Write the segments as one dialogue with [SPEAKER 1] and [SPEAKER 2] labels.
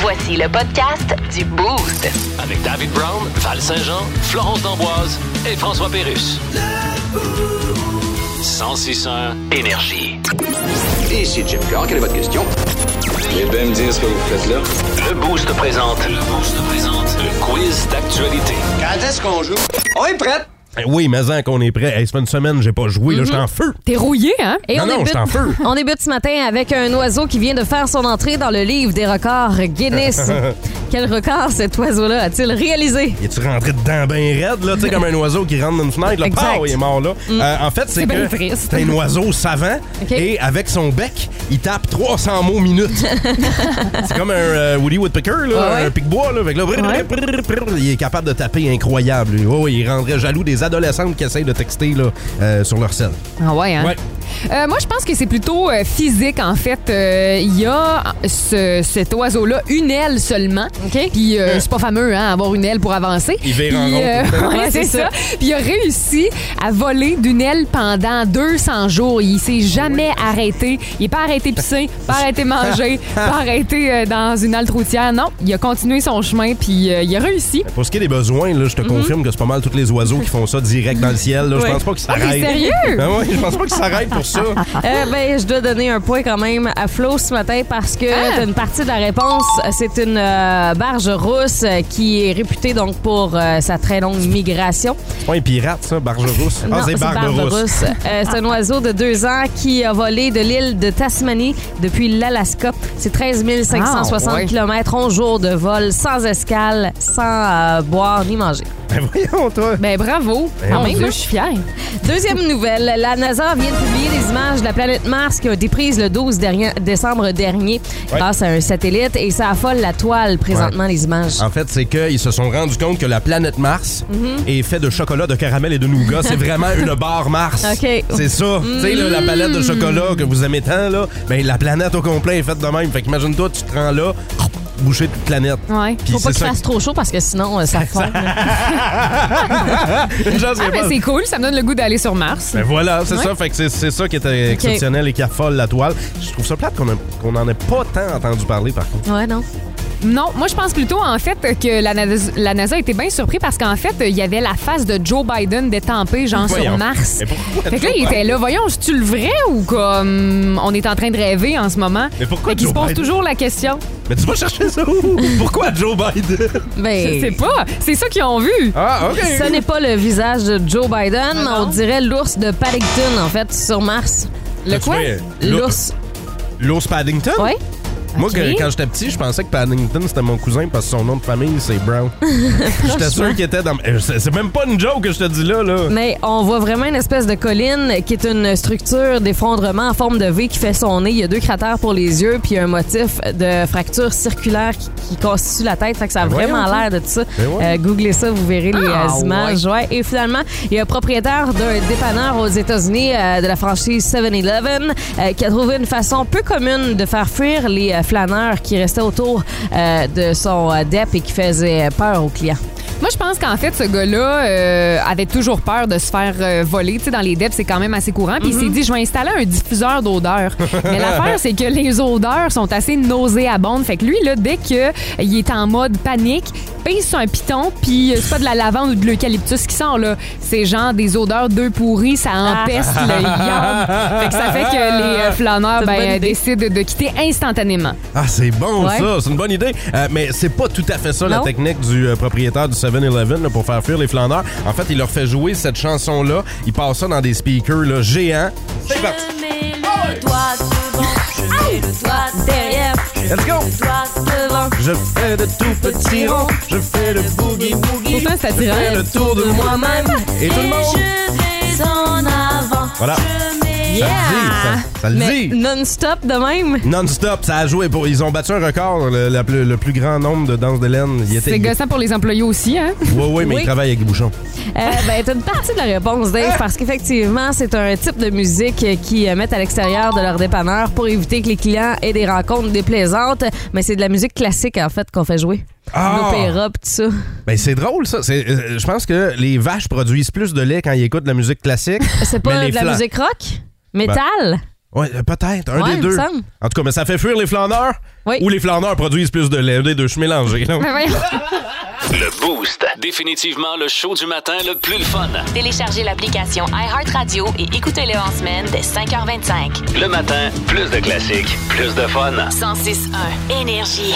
[SPEAKER 1] Voici le podcast du Boost.
[SPEAKER 2] Avec David Brown, Val Saint-Jean, Florence D'Amboise et François Pérus. 1061 Énergie.
[SPEAKER 3] Ici Jim Carr, quelle est votre question?
[SPEAKER 4] Eh bien, me dire ce que vous faites là.
[SPEAKER 2] Le Boost présente. Le Boost présente. Le quiz d'actualité.
[SPEAKER 3] Quand est-ce qu'on joue? On est prêt!
[SPEAKER 5] Eh Oui, mais en qu'on est prêt. Hey, ça fait une semaine, j'ai pas joué. Là, j'étais
[SPEAKER 6] Mhm.
[SPEAKER 5] en feu.
[SPEAKER 7] T'es rouillé, hein?
[SPEAKER 6] Et
[SPEAKER 5] Non,
[SPEAKER 6] on,
[SPEAKER 5] non,
[SPEAKER 6] débute,
[SPEAKER 5] je t'en feu.
[SPEAKER 6] on débute ce matin avec un oiseau qui vient de faire son entrée dans le livre des records Guinness. Quel record cet oiseau-là a-t-il réalisé?
[SPEAKER 5] Et tu rentré dedans bien raide, là, tu sais, comme un oiseau qui rentre dans une fenêtre, là,
[SPEAKER 6] Exact. Mm.
[SPEAKER 5] pow, il est mort là. Euh, en fait, c'est
[SPEAKER 6] C'est bien
[SPEAKER 5] que
[SPEAKER 6] triste.
[SPEAKER 5] c'est un oiseau savant
[SPEAKER 6] OK.
[SPEAKER 5] et avec son bec, il tape 300 mots minute. c'est comme un euh, Woody Woodpecker, là,
[SPEAKER 6] Ah Ouais, ouais.
[SPEAKER 5] un pic-bois, là, fait que là, brr,
[SPEAKER 6] Ouais.
[SPEAKER 5] brr, brr, brr, il est capable de taper incroyable. lui. Oh, il rendrait jaloux des adolescentes qui essayent de texter là, euh, sur leur selle.
[SPEAKER 7] Ah ouais, hein?
[SPEAKER 5] Ouais.
[SPEAKER 7] Euh, moi, je pense que c'est plutôt euh, physique, en fait. Euh, Il y a ce- cet oiseau-là, une aile seulement.
[SPEAKER 6] OK.
[SPEAKER 7] Puis euh, c'est pas fameux, hein, avoir une aile pour avancer.
[SPEAKER 5] Il vire en
[SPEAKER 7] Puis, euh,
[SPEAKER 5] rond tout le temps.
[SPEAKER 7] ouais,
[SPEAKER 6] Ouais,
[SPEAKER 7] c'est
[SPEAKER 6] c'est
[SPEAKER 7] ça.
[SPEAKER 6] ça.
[SPEAKER 7] Puis il a réussi à voler d'une aile pendant 200 jours. Il s'est
[SPEAKER 5] Ah
[SPEAKER 7] jamais arrêté. Il n'est pas arrêté pisser, pas arrêté manger, pas arrêté euh, dans une halte routière. Non, il a continué son chemin, puis euh, il a réussi.
[SPEAKER 5] Pour ce qui est des besoins, là, je te confirme que c'est pas mal tous les oiseaux qui font ça direct dans le ciel. là. Je
[SPEAKER 6] Ouais.
[SPEAKER 5] pense pas qu'ils
[SPEAKER 7] t'es
[SPEAKER 5] s'arrêtent.
[SPEAKER 7] sérieux?
[SPEAKER 5] Ah ouais, je pense pas qu'ils s'arrêtent pour ça.
[SPEAKER 6] Euh, ben, je dois donner un point quand même à Flo ce matin parce que
[SPEAKER 7] Ah!
[SPEAKER 6] t'as une partie de la réponse. C'est une euh, barge rousse euh, qui est réputée donc pour euh, sa très longue migration.
[SPEAKER 5] C'est pas un pirate, ça, Barge Rousse.
[SPEAKER 6] Non,
[SPEAKER 5] Ah, c'est Barbe Rousse.
[SPEAKER 6] Euh, c'est un oiseau de deux ans qui a volé de l'île de Tasmanie depuis l'Alaska. C'est 13 560
[SPEAKER 7] Ah, ouais.
[SPEAKER 6] km, 11 jours de vol, sans escale, sans euh, boire ni manger.
[SPEAKER 5] Ben voyons, toi.
[SPEAKER 7] Ben bravo.
[SPEAKER 5] Ben,
[SPEAKER 7] Quand
[SPEAKER 5] mon
[SPEAKER 7] même,
[SPEAKER 6] hein?
[SPEAKER 5] Dieu.
[SPEAKER 7] là, je suis fière.
[SPEAKER 6] Deuxième nouvelle, la NASA vient de publier des images de la planète Mars qui a été prise le 12 derni- décembre dernier
[SPEAKER 5] Ouais.
[SPEAKER 6] grâce à un satellite et ça affole la toile présentement, les images.
[SPEAKER 5] En fait, c'est qu'ils se sont rendus compte que la planète Mars est faite de chocolat, de caramel et de nougat. C'est vraiment une barre Mars.
[SPEAKER 6] OK.
[SPEAKER 5] C'est ça. Tu sais, là, la palette de chocolat que vous aimez tant, là, ben, la planète au complet est faite de même. Fait qu'imagine-toi, tu te rends là, boucher toute planète.
[SPEAKER 7] Ouais.
[SPEAKER 5] Puis
[SPEAKER 6] Faut pas
[SPEAKER 5] c'est
[SPEAKER 6] qu'il
[SPEAKER 5] ça.
[SPEAKER 6] fasse trop chaud parce que sinon, euh, ça fond.
[SPEAKER 5] Une chance qu'il
[SPEAKER 7] Ah,
[SPEAKER 5] y a
[SPEAKER 7] ben,
[SPEAKER 5] pas-
[SPEAKER 7] c'est cool, ça me donne le goût d'aller sur Mars.
[SPEAKER 5] Ben voilà, c'est
[SPEAKER 7] Ouais.
[SPEAKER 5] ça. Fait que c'est- c'est ça qui était exceptionnel et qui affole la toile. Je trouve ça plate qu'on a- qu'on en ait pas tant entendu parler, par contre.
[SPEAKER 6] Ouais, non?
[SPEAKER 7] Non, moi je pense plutôt en fait que la NASA, la NASA était bien surpris parce qu'en fait il y avait la face de Joe Biden détampée genre
[SPEAKER 5] Voyons.
[SPEAKER 7] sur Mars.
[SPEAKER 5] Mais pourquoi
[SPEAKER 7] Fait que là
[SPEAKER 5] Joe
[SPEAKER 7] il était là, voyons, c'est tu le vrai ou comme on est en train de rêver en ce moment.
[SPEAKER 5] Mais pourquoi
[SPEAKER 7] Fait qu'il
[SPEAKER 5] Joe
[SPEAKER 7] se pose
[SPEAKER 5] Biden?
[SPEAKER 7] toujours la question.
[SPEAKER 5] Mais tu vas chercher ça où? Pourquoi Joe Biden?
[SPEAKER 7] Je
[SPEAKER 6] Ben,
[SPEAKER 7] sais pas, c'est ça qu'ils ont vu.
[SPEAKER 5] Ah, OK.
[SPEAKER 6] Ce n'est pas le visage de Joe Biden, mais on
[SPEAKER 7] non?
[SPEAKER 6] dirait l'ours de Paddington, en fait, sur Mars.
[SPEAKER 7] Le quoi?
[SPEAKER 5] Tu vois,
[SPEAKER 6] L'ours,
[SPEAKER 5] L'ours Paddington?
[SPEAKER 6] oui.
[SPEAKER 5] Moi, que-
[SPEAKER 7] Ok.
[SPEAKER 5] quand j'étais petit, je pensais que Paddington, c'était mon cousin parce que son nom de famille, c'est Brown. j'étais sûr qu'il était dans. Euh, C'est c'est même pas une joke que je te dis là, là.
[SPEAKER 6] Mais on voit vraiment une espèce de colline qui est une structure d'effondrement en forme de V qui fait son nez. Il y a deux cratères pour les yeux, puis un motif de fracture circulaire qui, qui constitue la tête. Fait que ça a
[SPEAKER 5] Ben
[SPEAKER 6] vraiment
[SPEAKER 5] voyons,
[SPEAKER 6] l'air de tout ça.
[SPEAKER 5] Ben ouais.
[SPEAKER 6] Euh, googlez ça, vous verrez les
[SPEAKER 7] Ah,
[SPEAKER 6] euh, images. Ouais. Et finalement, il y a un propriétaire d'un dépanneur aux États-Unis euh, de la franchise 7-Eleven euh, qui a trouvé une façon peu commune de faire fuir les euh, flâneurs qui restaient autour euh, de son euh, DEP et qui faisaient peur aux clients.
[SPEAKER 7] Moi, je pense qu'en fait, ce gars-là euh, avait toujours peur de se faire euh, voler. Tu sais, dans les DEP, c'est quand même assez courant. Puis il
[SPEAKER 6] Mhm.
[SPEAKER 7] s'est dit, je vais installer un diffuseur d'odeurs. Mais l'affaire, c'est que les odeurs sont assez nauséabondes. Fait que lui, là, dès qu'il est en mode panique, pèse sur un piton, puis euh, c'est pas de la lavande ou de l'eucalyptus qui sent, là. C'est genre des odeurs d'œufs pourris, ça
[SPEAKER 6] Ah.
[SPEAKER 7] empeste le yam. Fait que ça fait que les euh, flâneurs,
[SPEAKER 6] C'est une bonne
[SPEAKER 7] ben,
[SPEAKER 6] idée.
[SPEAKER 7] décident de quitter instantanément.
[SPEAKER 5] Ah, c'est bon
[SPEAKER 6] Ouais.
[SPEAKER 5] ça, c'est une bonne idée. Euh, mais c'est pas tout à fait ça la
[SPEAKER 6] Non.
[SPEAKER 5] technique du euh, propriétaire du 7-Eleven là, pour faire fuir les flâneurs. En fait, il leur fait jouer cette chanson-là. Il passe ça dans des speakers là, géants. C'est parti.
[SPEAKER 6] Derrière,
[SPEAKER 5] Let's go! Je fais de tout petit rond, je fais le boogie boogie.
[SPEAKER 7] Pourtant, ça
[SPEAKER 5] je fais
[SPEAKER 7] tirait.
[SPEAKER 5] le tour de moi-même et tout le monde.
[SPEAKER 6] je vais en avant.
[SPEAKER 5] Voilà.
[SPEAKER 6] Yeah!
[SPEAKER 5] Ça le dit, ça, ça le
[SPEAKER 6] Mais
[SPEAKER 5] dit.
[SPEAKER 6] non-stop de même.
[SPEAKER 5] Non-stop, ça a joué. Pour, ils ont battu un record, le, la plus, le plus grand nombre de danses de laine. Il était-
[SPEAKER 7] C'est gossant pour les employés aussi, hein?
[SPEAKER 5] Oui, oui, mais
[SPEAKER 6] Oui.
[SPEAKER 5] ils travaillent avec Bouchon.
[SPEAKER 6] Euh, ben, t'as une partie de la réponse,
[SPEAKER 5] Ah.
[SPEAKER 6] Dave, parce qu'effectivement, c'est un type de musique euh, qu'ils euh, mettent à l'extérieur de leur dépanneur pour éviter que les clients aient des rencontres déplaisantes. Mais c'est de la musique classique, en fait, qu'on fait jouer.
[SPEAKER 5] Ah!
[SPEAKER 6] L'opéra, pis tout ça.
[SPEAKER 5] Ben, c'est drôle, ça. C'est- euh, je pense que les vaches produisent plus de lait quand ils écoutent de la musique classique.
[SPEAKER 6] C'est pas
[SPEAKER 5] Mais les Ben.
[SPEAKER 6] de la
[SPEAKER 5] flan-
[SPEAKER 6] musique rock? Métal?
[SPEAKER 5] Ouais, euh, peut-être, un
[SPEAKER 6] Ouais,
[SPEAKER 5] des
[SPEAKER 6] il me
[SPEAKER 5] deux.
[SPEAKER 6] semble.
[SPEAKER 5] En tout cas, mais ça fait fuir les flaneurs
[SPEAKER 6] Oui.
[SPEAKER 5] ou les flaneurs produisent plus de lait. Un des deux, je suis mélangé. là.
[SPEAKER 7] Ben voyons.
[SPEAKER 2] Le Boost. Définitivement le show du matin le plus le fun.
[SPEAKER 1] Téléchargez l'application iHeartRadio et écoutez-le en semaine dès 5h25.
[SPEAKER 2] Le matin, plus de classiques, plus de fun.
[SPEAKER 1] 106.1 Énergie.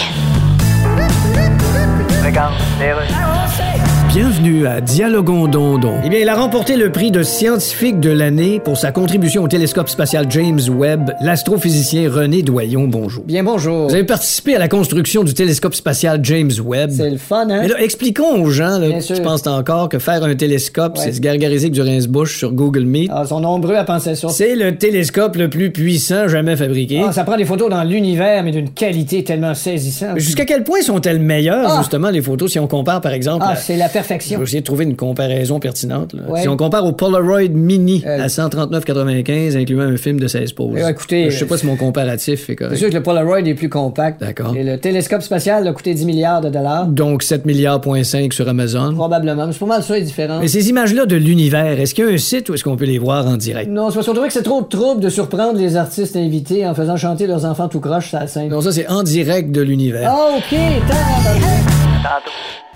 [SPEAKER 8] Bienvenue à Dialogons Dondon.
[SPEAKER 9] Eh bien, il a remporté le prix de scientifique de l'année pour sa contribution au télescope spatial James Webb, l'astrophysicien René Doyon. Bonjour. Bien, bonjour. Vous avez participé à la construction du télescope spatial James Webb. C'est le fun, hein? Mais là, expliquons aux gens là, qui pensent encore que faire un télescope, c'est se gargariser avec du rince-bouche sur Google Meet. Ah, ils sont nombreux à penser ça. C'est le télescope le plus puissant jamais fabriqué. ça prend des photos dans l'univers, mais d'une qualité tellement saisissante. Jusqu'à quel point sont-elles meilleures, justement, les photos, si on compare, par exemple... Ah, c'est la perfection. Je vais essayer de trouver une comparaison pertinente. là. Si on compare au Polaroid Mini
[SPEAKER 7] Euh,
[SPEAKER 9] à 139,95, incluant un film de 16 poses.
[SPEAKER 7] Eh
[SPEAKER 9] écoutez... Je sais pas si mon comparatif est correct. C'est sûr que le Polaroid est plus compact. D'accord. Et le télescope spatial a coûté 10 milliards de dollars. Donc 7 milliards,5 sur Amazon. Probablement. C'est pas mal ça, est différent. Mais ces images-là de l'univers, est-ce qu'il y a un site où est-ce qu'on peut les voir en direct?
[SPEAKER 7] Mm.
[SPEAKER 9] Non, c'est parce qu'on trouvait que c'est trop de trouble de surprendre les artistes invités en faisant chanter leurs enfants tout croche ça scène. Non, ça, c'est en direct de l'univers. Ah, OK.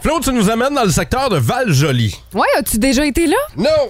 [SPEAKER 5] Flo, tu nous amènes dans le secteur de Val-Joli.
[SPEAKER 7] Ouais, as-tu déjà été là?
[SPEAKER 5] Non!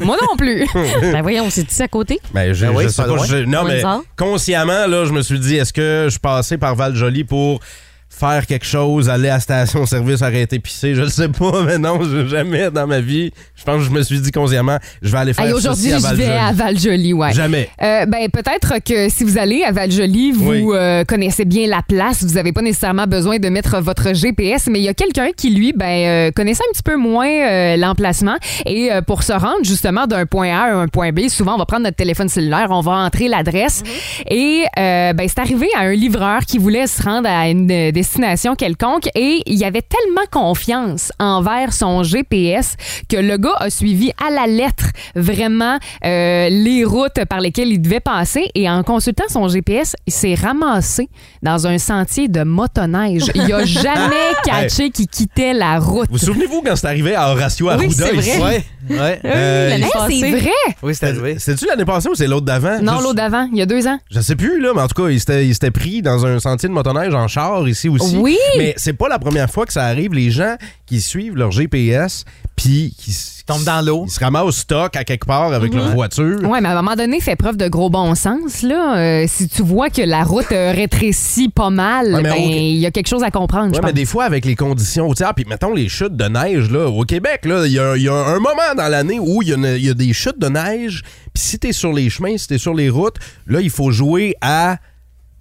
[SPEAKER 7] Moi non plus.
[SPEAKER 6] Ben voyons, c'est ici à côté.
[SPEAKER 5] Mais je,
[SPEAKER 10] Ben oui,
[SPEAKER 5] je
[SPEAKER 10] c'est
[SPEAKER 5] sais
[SPEAKER 10] pas
[SPEAKER 5] pas.
[SPEAKER 10] loin.
[SPEAKER 5] je- non,
[SPEAKER 6] Loin
[SPEAKER 5] mais
[SPEAKER 6] du bord.
[SPEAKER 5] consciemment, là, je me suis dit, est-ce que je passais par Val-Joli pour faire quelque chose, aller à la station-service, arrêter pisser? Je le sais pas, mais non, je- jamais dans ma vie. Je pense que je me suis dit consciemment, je vais aller faire
[SPEAKER 7] Hey,
[SPEAKER 5] ceci
[SPEAKER 7] Aujourd'hui,
[SPEAKER 5] à
[SPEAKER 7] je
[SPEAKER 5] Val-Joli.
[SPEAKER 7] vais à Val-Joli, ouais.
[SPEAKER 5] Jamais.
[SPEAKER 7] Euh, ben peut-être que si vous allez à Val-Joli, vous
[SPEAKER 5] Oui.
[SPEAKER 7] euh, connaissez bien la place, vous n'avez pas nécessairement besoin de mettre votre GPS, mais il y a quelqu'un qui lui ben euh, connaissait un petit peu moins euh, l'emplacement et euh, pour se rendre justement d'un point A à un point B, souvent on va prendre notre téléphone cellulaire, on va entrer l'adresse et euh, ben c'est arrivé à un livreur qui voulait se rendre à une euh, destination quelconque et il avait tellement confiance envers son GPS que le gars a suivi à la lettre vraiment euh, les routes par lesquelles il devait passer et en consultant son GPS, il s'est ramassé dans un sentier de motoneige. Il a jamais catché qu'il quittait la route.
[SPEAKER 5] Vous souvenez-vous quand c'est arrivé à Horacio Arruda
[SPEAKER 7] c'est vrai.
[SPEAKER 5] ici?
[SPEAKER 10] Ouais, ouais.
[SPEAKER 5] Euh,
[SPEAKER 6] L'année
[SPEAKER 7] Hey, c'est
[SPEAKER 6] passée.
[SPEAKER 7] vrai!
[SPEAKER 10] Oui, c'est arrivé.
[SPEAKER 5] C'est-tu l'année passée ou c'est l'autre d'avant?
[SPEAKER 7] Non,
[SPEAKER 5] Je-
[SPEAKER 7] l'autre d'avant, il y a deux ans.
[SPEAKER 5] Je sais plus, là, mais en tout cas, il s'était il s'était pris dans un sentier de motoneige en char ici aussi.
[SPEAKER 7] Oui!
[SPEAKER 5] Mais c'est pas la première fois que ça arrive. Les gens qui suivent leur GPS, puis qui s-
[SPEAKER 10] Tombent dans l'eau.
[SPEAKER 5] Ils se ramassent stock à quelque part avec leur voiture.
[SPEAKER 7] Ouais, mais à un moment donné, fait preuve de gros bon sens. Là. Euh, si tu vois que la route euh, rétrécit pas mal,
[SPEAKER 5] Ouais, mais
[SPEAKER 7] ben,
[SPEAKER 5] ok.
[SPEAKER 7] il y a quelque chose à comprendre.
[SPEAKER 5] Ouais,
[SPEAKER 7] je
[SPEAKER 5] mais
[SPEAKER 7] pense.
[SPEAKER 5] des fois, avec les conditions routières, puis mettons les chutes de neige là, au Québec, là, il y, a- il y a un moment dans l'année où il y, a une- il y a des chutes de neige, puis si t'es sur les chemins, si t'es sur les routes, là, il faut jouer à.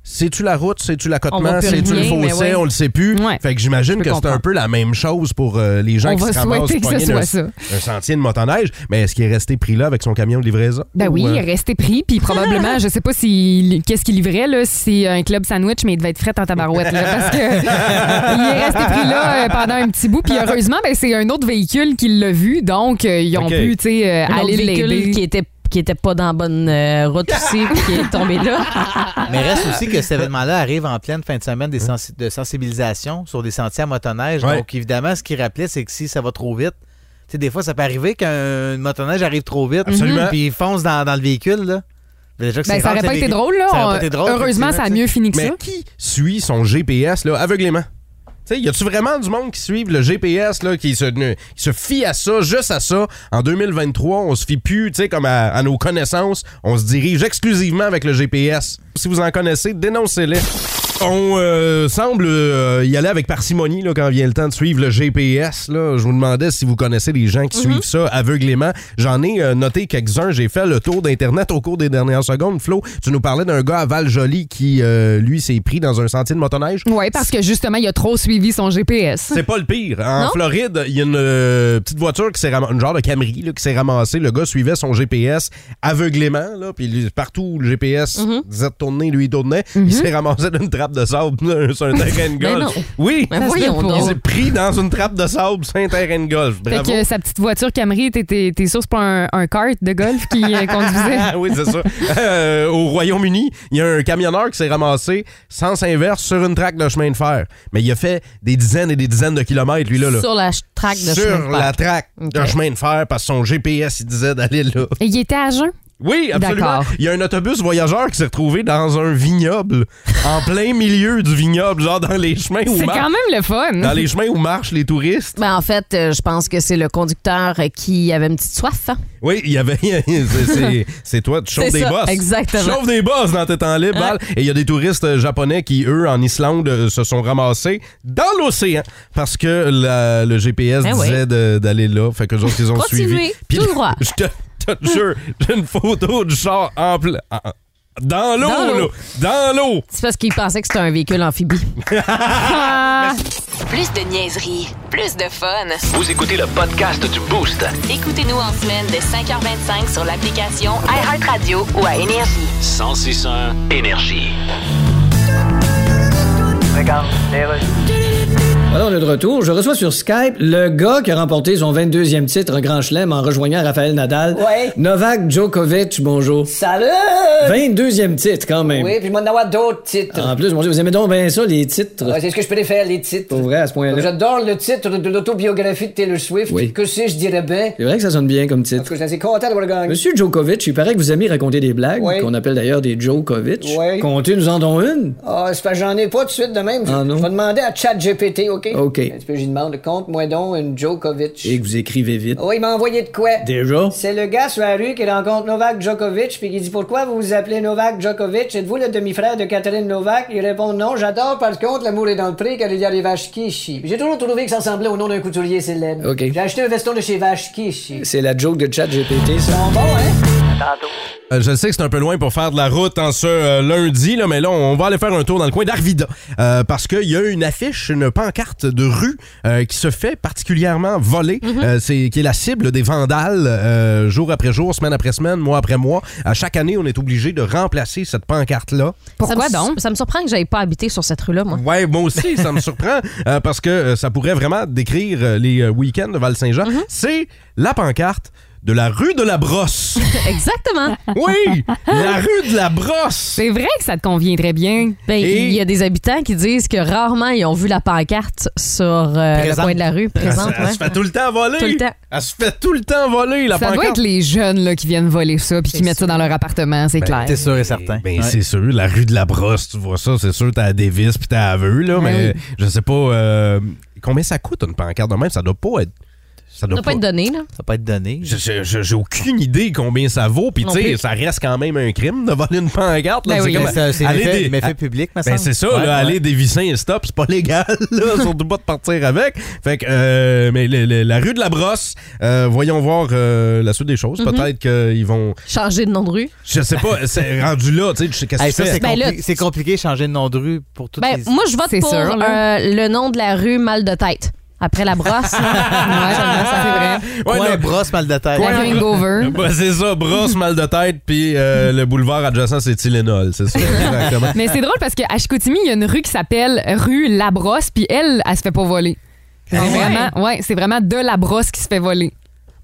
[SPEAKER 5] Sais-tu la route, sais-tu l'accotement,
[SPEAKER 6] voit plus
[SPEAKER 5] sais-tu le
[SPEAKER 6] rien, mais
[SPEAKER 5] fossé,
[SPEAKER 6] ouais.
[SPEAKER 5] on le sait plus.
[SPEAKER 7] Ouais.
[SPEAKER 5] Fait que
[SPEAKER 7] Je
[SPEAKER 5] j'imagine
[SPEAKER 7] peux
[SPEAKER 5] que c'est un
[SPEAKER 7] comprendre.
[SPEAKER 5] peu la même chose pour euh, les gens
[SPEAKER 7] On
[SPEAKER 5] qui
[SPEAKER 7] va
[SPEAKER 5] se ramassent
[SPEAKER 7] souhaiter que ce
[SPEAKER 5] pognés
[SPEAKER 7] soit
[SPEAKER 5] d'un-
[SPEAKER 7] ça.
[SPEAKER 5] un sentier de motoneige. Mais est-ce qu'il est resté pris là avec son camion de livraison?
[SPEAKER 7] Ben oui,
[SPEAKER 5] Ou,
[SPEAKER 7] il
[SPEAKER 5] euh,
[SPEAKER 7] est resté pris, puis probablement, je sais pas si qu'est-ce qu'il livrait là, si c'est un club sandwich, mais il devait être frais en tabarouette là, parce que il est resté pris là euh, pendant un petit bout, puis heureusement, ben c'est un autre véhicule qui l'a vu, donc euh, ils ont
[SPEAKER 5] Ok.
[SPEAKER 7] pu, tu sais, euh,
[SPEAKER 6] Un autre
[SPEAKER 7] aller l'aider.
[SPEAKER 6] véhicule qui était qui était pas dans la bonne euh, route aussi, puis qui est tombé là.
[SPEAKER 10] Mais reste aussi que cet événement-là arrive en pleine fin de semaine des sensi- de sensibilisation sur des sentiers à motoneige.
[SPEAKER 5] Ouais.
[SPEAKER 10] Donc, évidemment, ce qu'il rappelait, c'est que si ça va trop vite, tu sais, des fois, ça peut arriver qu'un motoneige arrive trop vite,
[SPEAKER 5] Absolument.
[SPEAKER 10] puis il fonce dans, dans le véhicule. Là. Déjà que
[SPEAKER 7] Ben,
[SPEAKER 10] c'est
[SPEAKER 7] ça
[SPEAKER 10] rare
[SPEAKER 7] aurait
[SPEAKER 10] que
[SPEAKER 7] pas été
[SPEAKER 10] véhicule-
[SPEAKER 7] drôle, là.
[SPEAKER 10] Ça aurait pas été drôle,
[SPEAKER 7] Heureusement, ça a
[SPEAKER 10] effectivement,
[SPEAKER 7] mieux fini que
[SPEAKER 5] Mais
[SPEAKER 7] ça.
[SPEAKER 5] qui suit son GPS là, aveuglément? Tu sais, y a-tu vraiment du monde qui suit le GPS là, qui se, ne- qui se fie à ça, juste à ça? En 2023, on se fie plus, tu sais, comme à, à nos connaissances, on se dirige exclusivement avec le GPS. Si vous en connaissez, dénoncez-les. On euh, semble euh, y aller avec parcimonie là, quand vient le temps de suivre le GPS. Là. Je vous demandais si vous connaissez des gens qui suivent ça aveuglément. J'en ai euh, noté quelques-uns. J'ai fait le tour d'Internet au cours des dernières secondes. Flo, tu nous parlais d'un gars à Val-Joli qui, euh, lui, s'est pris dans un sentier de motoneige.
[SPEAKER 7] Ouais, parce que justement, il a trop suivi son GPS.
[SPEAKER 5] C'est pas le pire. En
[SPEAKER 7] Non?
[SPEAKER 5] Floride, il y a une euh, petite voiture qui s'est ramassée, une genre de Camry là, qui s'est ramassée. Le gars suivait son GPS aveuglément, là, puis lui- partout où le GPS
[SPEAKER 6] Mhm.
[SPEAKER 5] disait de tourner, lui il tournait. Il s'est ramassé d'une trappe de sable là, sur un terrain de golf.
[SPEAKER 6] non.
[SPEAKER 5] Oui,
[SPEAKER 6] Mais
[SPEAKER 7] Ça se
[SPEAKER 6] voyons
[SPEAKER 7] fait pas.
[SPEAKER 5] il
[SPEAKER 6] donc.
[SPEAKER 5] s'est pris dans une trappe de sable sur un terrain de golf.
[SPEAKER 7] Fait
[SPEAKER 5] Bravo.
[SPEAKER 7] que Euh, sa petite voiture Camry, t'es- t'es t'es sûr que c'est pas un, un kart de golf qui euh, conduisait?
[SPEAKER 5] Ah oui, c'est ça. Euh, au Royaume-Uni, il y a un camionneur qui s'est ramassé sens inverse sur une traque de chemin de fer. Mais il a fait des dizaines et des dizaines de kilomètres, lui-là. là.
[SPEAKER 6] Sur la ch- traque de
[SPEAKER 5] sur
[SPEAKER 6] chemin de
[SPEAKER 5] la
[SPEAKER 6] fer.
[SPEAKER 5] traque
[SPEAKER 6] Ok.
[SPEAKER 5] de chemin de fer parce que son GPS il disait d'aller là.
[SPEAKER 7] Et il était à jeun?
[SPEAKER 5] Oui, absolument.
[SPEAKER 7] D'accord.
[SPEAKER 5] Il y a un autobus voyageur qui s'est retrouvé dans un vignoble, en plein milieu du vignoble, genre dans les chemins où
[SPEAKER 7] C'est
[SPEAKER 5] mar-
[SPEAKER 7] quand même le fun.
[SPEAKER 5] dans les chemins où marchent les touristes.
[SPEAKER 6] Ben, en fait, euh, je pense que c'est le conducteur euh, qui avait une petite soif. hein.
[SPEAKER 5] Oui, il y avait. c'est- c'est- C'est toi, tu chauffes
[SPEAKER 6] C'est
[SPEAKER 5] des
[SPEAKER 6] ça,
[SPEAKER 5] bosses.
[SPEAKER 6] exactement.
[SPEAKER 5] Tu chauffes des bosses dans tes temps libres, Val. Et il y a des touristes euh, japonais qui, eux, en Islande, euh, se sont ramassés dans l'océan parce que la- le GPS
[SPEAKER 6] Ben oui.
[SPEAKER 5] disait de- d'aller là. Fait que les autres, ils ont
[SPEAKER 6] Continuez,
[SPEAKER 5] suivi. Puis
[SPEAKER 6] tout
[SPEAKER 5] là,
[SPEAKER 6] droit.
[SPEAKER 5] Je te, te jure, j'ai une photo du char en plein. en- Dans l'eau,
[SPEAKER 6] Dans l'eau.
[SPEAKER 5] là. Dans l'eau.
[SPEAKER 6] C'est parce qu'il pensait que c'était un véhicule amphibie.
[SPEAKER 1] Plus de niaiserie, plus de fun.
[SPEAKER 2] Vous écoutez le podcast du Boost.
[SPEAKER 1] Écoutez-nous en semaine de 5h25 sur l'application iHeartRadio ou à Énergie.
[SPEAKER 2] 1061 Énergie.
[SPEAKER 9] Alors, on est de retour. Je reçois sur Skype le gars qui a remporté son 22e titre en Grand Chelem en rejoignant Raphaël Nadal.
[SPEAKER 11] Ouais.
[SPEAKER 9] Novak Djokovic, bonjour.
[SPEAKER 11] Salut!
[SPEAKER 9] 22e titre, quand même.
[SPEAKER 11] Oui, puis moi, d'avoir d'autres titres.
[SPEAKER 9] En plus, mon Dieu, vous aimez donc bien ça, les titres.
[SPEAKER 11] Ouais, c'est ce que je préfère, les titres.
[SPEAKER 9] Pour vrai, à ce point-là.
[SPEAKER 11] J'adore le titre de l'autobiographie de Taylor Swift.
[SPEAKER 9] Oui.
[SPEAKER 11] Que si je dirais bien?
[SPEAKER 9] C'est vrai que ça sonne bien comme
[SPEAKER 11] Parce
[SPEAKER 9] titre.
[SPEAKER 11] que je suis assez content d'avoir gagné.
[SPEAKER 9] Monsieur Djokovic, il paraît que vous aimez raconter des blagues,
[SPEAKER 11] Oui.
[SPEAKER 9] qu'on appelle d'ailleurs des Djokovic.
[SPEAKER 11] Oui.
[SPEAKER 9] Comptez, nous en donnons une.
[SPEAKER 11] Ah, c'est parce que j'en ai pas tout de suite de même.
[SPEAKER 9] Ah, non?
[SPEAKER 11] Je vais demander à ChatGPT, OK?
[SPEAKER 9] OK.
[SPEAKER 11] Un petit peu, j'y demande, compte-moi donc une Djokovic.
[SPEAKER 9] Et que vous écrivez vite.
[SPEAKER 11] Oh, il m'a envoyé de quoi?
[SPEAKER 9] Déjà?
[SPEAKER 11] C'est le gars sur la rue qui rencontre Novak Djokovic puis qui dit pourquoi vous vous appelez Novak Djokovic êtes-vous le demi-frère de Catherine Novak il répond non j'adore par contre l'amour est dans le prix car il y a les vaches qui chient j'ai toujours trouvé que ça ressemblait au nom d'un couturier célèbre
[SPEAKER 9] Ok.
[SPEAKER 11] j'ai acheté un veston de chez Vaches qui chient
[SPEAKER 9] C'est la joke de chat GPT,
[SPEAKER 11] Ils
[SPEAKER 9] ça.
[SPEAKER 11] sont bons, hein
[SPEAKER 5] Euh, je sais que c'est un peu loin pour faire de la route en ce euh, lundi, là, mais là, on va aller faire un tour dans le coin d'Arvida. euh, parce qu'il y a une affiche, une pancarte de rue euh, qui se fait particulièrement voler. euh, c'est qui est la cible des vandales euh, jour après jour, semaine après semaine, mois après mois. À chaque année, on est obligé de remplacer cette pancarte-là.
[SPEAKER 7] Pourquoi
[SPEAKER 6] Ça me-
[SPEAKER 7] donc?
[SPEAKER 6] Ça me surprend que j'aille pas habité sur cette rue-là, moi.
[SPEAKER 5] Ouais, moi aussi, ça me surprend euh, parce que euh, ça pourrait vraiment décrire euh, les euh, week-ends de Val-Saint-Jean. C'est la pancarte de la rue de la brosse.
[SPEAKER 6] Exactement.
[SPEAKER 5] Oui, la rue de la brosse.
[SPEAKER 7] C'est vrai que ça te conviendrait bien.
[SPEAKER 6] Ben, il
[SPEAKER 5] Et-
[SPEAKER 6] y a des habitants qui disent que rarement ils ont vu la pancarte sur euh, le
[SPEAKER 10] Présente.
[SPEAKER 6] coin de la rue présente.
[SPEAKER 5] Elle se
[SPEAKER 6] ouais.
[SPEAKER 5] fait tout le temps voler.
[SPEAKER 6] Tout le temps.
[SPEAKER 5] Elle se fait tout le temps voler, la
[SPEAKER 7] Ça doit
[SPEAKER 5] pancarte.
[SPEAKER 7] être les jeunes là, qui viennent voler ça puis qui mettent ça dans leur appartement, c'est clair.
[SPEAKER 10] C'est sûr et certain.
[SPEAKER 5] Ben,
[SPEAKER 10] Ouais.
[SPEAKER 5] c'est sûr, la rue de la brosse, tu vois ça, c'est sûr, t'as des vis pis t'as aveu,
[SPEAKER 6] Ben
[SPEAKER 5] là, mais je sais pas euh, combien ça coûte une pancarte de même, ça doit pas être. Ça
[SPEAKER 6] Ça
[SPEAKER 5] doit
[SPEAKER 6] doit pas être donné, là.
[SPEAKER 10] Ça peut être donné.
[SPEAKER 5] Je- je- je- J'ai aucune idée combien ça vaut, puis tu
[SPEAKER 6] Non
[SPEAKER 5] sais,
[SPEAKER 6] plus.
[SPEAKER 5] ça reste quand même un crime de voler une pancarte. là.
[SPEAKER 7] Ben
[SPEAKER 5] c'est
[SPEAKER 7] oui.
[SPEAKER 5] comme-
[SPEAKER 10] Mais ça, c'est
[SPEAKER 5] aller
[SPEAKER 10] l'effet
[SPEAKER 5] des-
[SPEAKER 10] l'effet public, ma
[SPEAKER 5] Ben c'est ça, là, aller dévisser un stop, c'est pas légal, là, surtout pas de partir avec. Fait que, euh, mais le- le- la rue de la brosse, euh, voyons voir euh, la suite des choses.
[SPEAKER 7] Mm-hmm.
[SPEAKER 5] Peut-être qu'ils vont
[SPEAKER 6] Changer de nom de rue.
[SPEAKER 5] Je sais pas, c'est rendu là, tu sais, tu sais, qu'est-ce que
[SPEAKER 10] Hey,
[SPEAKER 5] tu
[SPEAKER 10] ça, c'est
[SPEAKER 5] fais?
[SPEAKER 6] Ben là,
[SPEAKER 10] compli- c'est compliqué de changer de nom de rue pour toutes
[SPEAKER 6] Ben,
[SPEAKER 10] les...
[SPEAKER 6] moi, je vote
[SPEAKER 7] C'est
[SPEAKER 6] pour
[SPEAKER 7] sûr, hein. là.
[SPEAKER 6] euh, le nom de la rue Mal de tête. Après la brosse.
[SPEAKER 7] Ouais, c'est vrai.
[SPEAKER 5] Ouais,
[SPEAKER 10] Point
[SPEAKER 5] non,
[SPEAKER 10] brosse mal de tête.
[SPEAKER 7] La hangover.
[SPEAKER 5] bah, c'est ça, brosse, mal de tête, puis euh,
[SPEAKER 7] Mm-hmm.
[SPEAKER 5] le boulevard adjacent, c'est Tylenol, c'est ça, exactement.
[SPEAKER 7] Mais c'est drôle parce qu'à Chicoutimi, il y a une rue qui s'appelle rue La Brosse, puis elle, elle se fait pas voler.
[SPEAKER 5] Ah
[SPEAKER 7] C'est vraiment, ouais, c'est vraiment de la brosse qui se fait voler.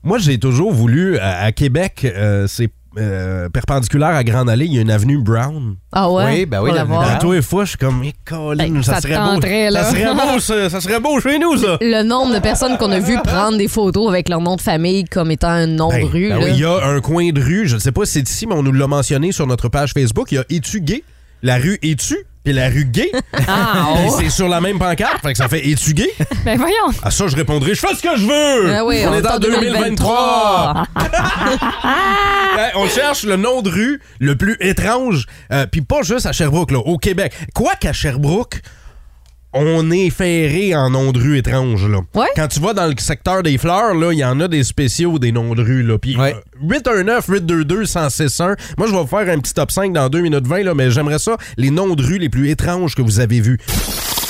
[SPEAKER 5] Moi, j'ai toujours voulu, à, à Québec, euh, c'est euh, perpendiculaire à Grande Allée, il y a une avenue Brown.
[SPEAKER 6] Ah ouais?
[SPEAKER 10] Oui, ben oui,
[SPEAKER 6] Pour
[SPEAKER 10] la-
[SPEAKER 6] l'avoir.
[SPEAKER 5] À tous les fois, je suis comme, mais Colin,
[SPEAKER 7] Ben,
[SPEAKER 5] ça,
[SPEAKER 7] ça te
[SPEAKER 5] serait beau.
[SPEAKER 7] tenterait, là.
[SPEAKER 5] Ça serait beau, ça, ça serait beau chez nous, ça.
[SPEAKER 6] Le nombre de personnes qu'on a vu prendre des photos avec leur nom de famille comme étant un nom
[SPEAKER 5] Ben,
[SPEAKER 6] de rue.
[SPEAKER 5] ben
[SPEAKER 6] là.
[SPEAKER 5] oui, il y a un coin de rue, je ne sais pas si c'est ici, mais on nous l'a mentionné sur notre page Facebook. Il y a Étugué, la rue Étu, puis la rue Gay.
[SPEAKER 7] Ah,
[SPEAKER 5] Puis
[SPEAKER 7] oh.
[SPEAKER 5] c'est sur la même pancarte, fait que ça fait Étugué.
[SPEAKER 7] Ben voyons.
[SPEAKER 5] À ça, je répondrai, je fais ce que je veux!
[SPEAKER 6] Ah oui,
[SPEAKER 5] on, est en 2023!
[SPEAKER 6] 2023.
[SPEAKER 5] Ben, on cherche le nom de rue le plus étrange, euh, puis pas juste à Sherbrooke, là, au Québec. Quoi qu'à Sherbrooke, on est ferré en noms de rue étranges. Là.
[SPEAKER 6] Ouais.
[SPEAKER 5] Quand tu vas dans le secteur des fleurs, là, il y en a des spéciaux des noms de rue. Là. Puis
[SPEAKER 10] Ouais.
[SPEAKER 5] euh, 819 822 1061 Moi, je vais vous faire un petit top 5 dans 2 minutes 20, là, mais j'aimerais ça, les noms de rue les plus étranges que vous avez vus.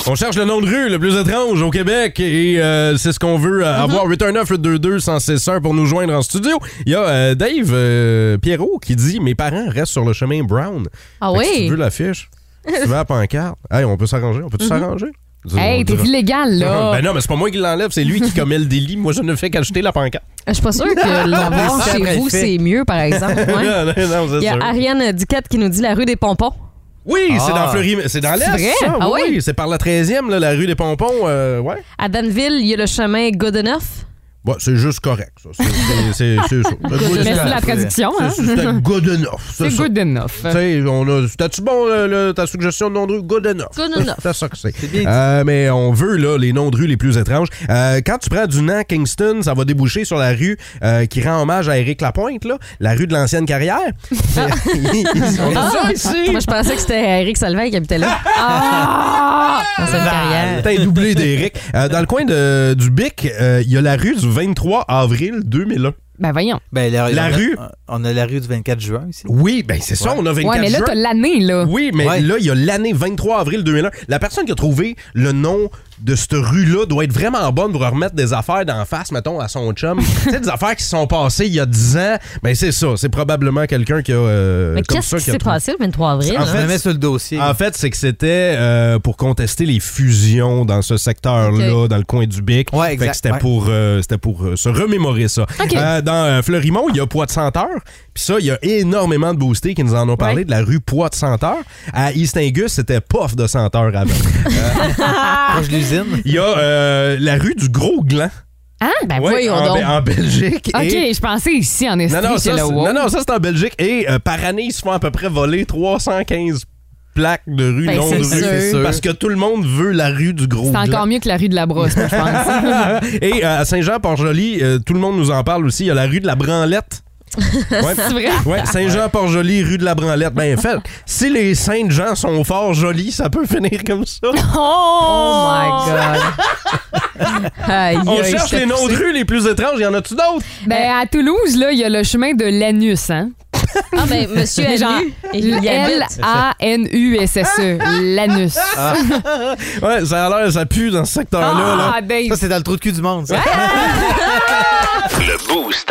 [SPEAKER 5] On cherche le nom de rue le plus étrange au Québec et euh, c'est ce qu'on veut euh,
[SPEAKER 6] Mm-hmm.
[SPEAKER 5] avoir. 819-822-1061 pour nous joindre en studio. Il y a euh, Dave euh, Pierrot qui dit Mes parents restent sur le chemin Brown.
[SPEAKER 6] Ah
[SPEAKER 5] Fait que Si
[SPEAKER 6] oui?
[SPEAKER 5] tu veux l'affiche, si tu veux la pancarte. Hey, on peut s'arranger, on peut
[SPEAKER 6] Mm-hmm.
[SPEAKER 5] tout s'arranger.
[SPEAKER 7] Hey, t'es illégal, là.
[SPEAKER 5] ben non, mais c'est pas moi qui l'enlève, c'est lui qui commet le délit. Moi, je ne fais qu'acheter la pancarte.
[SPEAKER 6] Je suis pas sûre que l'avoir
[SPEAKER 10] Ça
[SPEAKER 6] chez
[SPEAKER 10] aurait
[SPEAKER 6] vous,
[SPEAKER 10] fait.
[SPEAKER 6] c'est mieux, par exemple. ouais.
[SPEAKER 5] Non, non, non, c'est
[SPEAKER 6] Il y a
[SPEAKER 5] sûr.
[SPEAKER 6] Ariane Duquette qui nous dit la rue des Pompons.
[SPEAKER 5] Oui, c'est
[SPEAKER 10] Ah.
[SPEAKER 5] dans Fleury, c'est dans l'Est.
[SPEAKER 6] vrai?
[SPEAKER 5] ça,
[SPEAKER 6] Ah
[SPEAKER 5] oui,
[SPEAKER 6] oui?
[SPEAKER 5] c'est par la 13e, là, la rue des Pompons. euh, ouais.
[SPEAKER 6] À Danville, il y a le chemin Goodenough.
[SPEAKER 5] Ouais, c'est juste correct, ça. C'est- c'est- C'est c'est ça.
[SPEAKER 7] Merci de la traduction. hein.
[SPEAKER 5] C'est- C'était good enough.
[SPEAKER 7] C'est
[SPEAKER 5] ben, ça.
[SPEAKER 7] good enough.
[SPEAKER 5] Tu sais, on a- C'était-tu bon le- le- ta suggestion de nom de rue? Good enough.
[SPEAKER 6] Good enough.
[SPEAKER 5] C'est ça que c'est.
[SPEAKER 10] bien dit.
[SPEAKER 5] Euh, mais on veut là, les noms de rues les plus étranges. Euh, quand tu prends du Nan Kingston, ça va déboucher sur la rue euh, qui rend hommage à Éric Lapointe, là, la rue de l'ancienne carrière. On a ça ici.
[SPEAKER 6] Ah! Moi, je pensais que c'était Eric Salvay qui habitait là. Ah! Dans cette carrière.
[SPEAKER 5] T'as un doublé d'Éric. Euh, dans le coin de, du Bic, euh, il y a la rue du 23 avril 2001.
[SPEAKER 7] Ben voyons.
[SPEAKER 10] Ben, la,
[SPEAKER 5] La
[SPEAKER 10] on a-
[SPEAKER 5] rue.
[SPEAKER 10] On a la rue du 24 juin ici.
[SPEAKER 5] Oui, ben c'est ça, on a 24
[SPEAKER 7] Ouais, mais là,
[SPEAKER 5] juin.
[SPEAKER 7] t'as l'année, là.
[SPEAKER 5] Oui, mais
[SPEAKER 10] Ouais.
[SPEAKER 5] là, il y a l'année 23 avril 2001. La personne qui a trouvé le nom de cette rue-là doit être vraiment bonne pour remettre des affaires d'en face, mettons, à son chum. tu sais, des affaires qui se sont passées il y a 10 ans. Ben, c'est ça. C'est probablement quelqu'un qui a. euh,
[SPEAKER 6] Mais
[SPEAKER 5] comme
[SPEAKER 6] qu'est-ce
[SPEAKER 5] ça,
[SPEAKER 6] qui
[SPEAKER 5] a
[SPEAKER 6] s'est
[SPEAKER 5] trouvé.
[SPEAKER 6] passé le 23 avril?
[SPEAKER 5] En
[SPEAKER 10] Je me mets sur le dossier.
[SPEAKER 9] Ah,
[SPEAKER 5] En fait, c'est que c'était euh, pour contester les fusions dans ce secteur-là, dans le coin du Bic.
[SPEAKER 10] Ouais,
[SPEAKER 5] Fait que
[SPEAKER 10] exact,
[SPEAKER 5] c'était
[SPEAKER 10] ouais.
[SPEAKER 5] pour, euh, c'était pour euh, se remémorer ça. Euh, dans euh, Fleurimont, il y a Poix de Senteur. Puis ça, il y a énormément de boostés qui nous en ont parlé de la rue Poix de Senteur. À East Angus, c'était Poff de Senteur avant.
[SPEAKER 10] Euh, Proche de l'usine.
[SPEAKER 5] Il y a euh, la rue du Gros Gland.
[SPEAKER 7] Hein? Ben
[SPEAKER 5] Ouais,
[SPEAKER 7] voyons
[SPEAKER 5] en,
[SPEAKER 7] donc.
[SPEAKER 5] en Belgique.
[SPEAKER 7] OK,
[SPEAKER 5] Et-
[SPEAKER 7] je pensais ici en Estrie,
[SPEAKER 5] non, non,
[SPEAKER 7] chez
[SPEAKER 5] ça,
[SPEAKER 7] le
[SPEAKER 5] c'est-
[SPEAKER 7] Wow.
[SPEAKER 5] non, non, ça, c'est en Belgique. Et euh, par année, ils se font à peu près voler 315 plaques de rue,
[SPEAKER 7] Ben,
[SPEAKER 5] non de
[SPEAKER 7] c'est
[SPEAKER 5] rue.
[SPEAKER 7] sûr. C'est sûr.
[SPEAKER 5] Parce que tout le monde veut la rue du gros
[SPEAKER 7] C'est
[SPEAKER 5] gland.
[SPEAKER 7] encore mieux que la rue de la Brosse, moi, je pense.
[SPEAKER 5] Et euh, à Saint-Jean-Port-Joli, euh, tout le monde nous en parle aussi. Il y a la rue de la Branlette. Ouais.
[SPEAKER 7] C'est vrai?
[SPEAKER 5] Ouais, Saint-Jean-Port-Joli, rue de la Branlette. Ben, en fait, si les Saints-Jean sont fort jolis, ça peut finir comme ça.
[SPEAKER 6] Oh my God. Aïe,
[SPEAKER 5] On
[SPEAKER 6] aïe,
[SPEAKER 5] cherche
[SPEAKER 6] je
[SPEAKER 5] les
[SPEAKER 6] t'ai
[SPEAKER 5] noms de
[SPEAKER 6] poussé.
[SPEAKER 5] rues les plus étranges. Y en a-tu d'autres?
[SPEAKER 7] Ben, à Toulouse, là, il y a le chemin de l'anus, hein?
[SPEAKER 6] Ah, ben, monsieur
[SPEAKER 7] Mais genre,
[SPEAKER 6] Anu, il y habite.
[SPEAKER 7] L-A-N-U-S-S-E. E, L'anus.
[SPEAKER 5] Ah Ouais, ça a l'air, ça pue dans ce secteur-là. là.
[SPEAKER 7] Ah, ben, hein?
[SPEAKER 10] Ça, c'est dans le trou de cul du monde, ça.
[SPEAKER 2] Le Boost.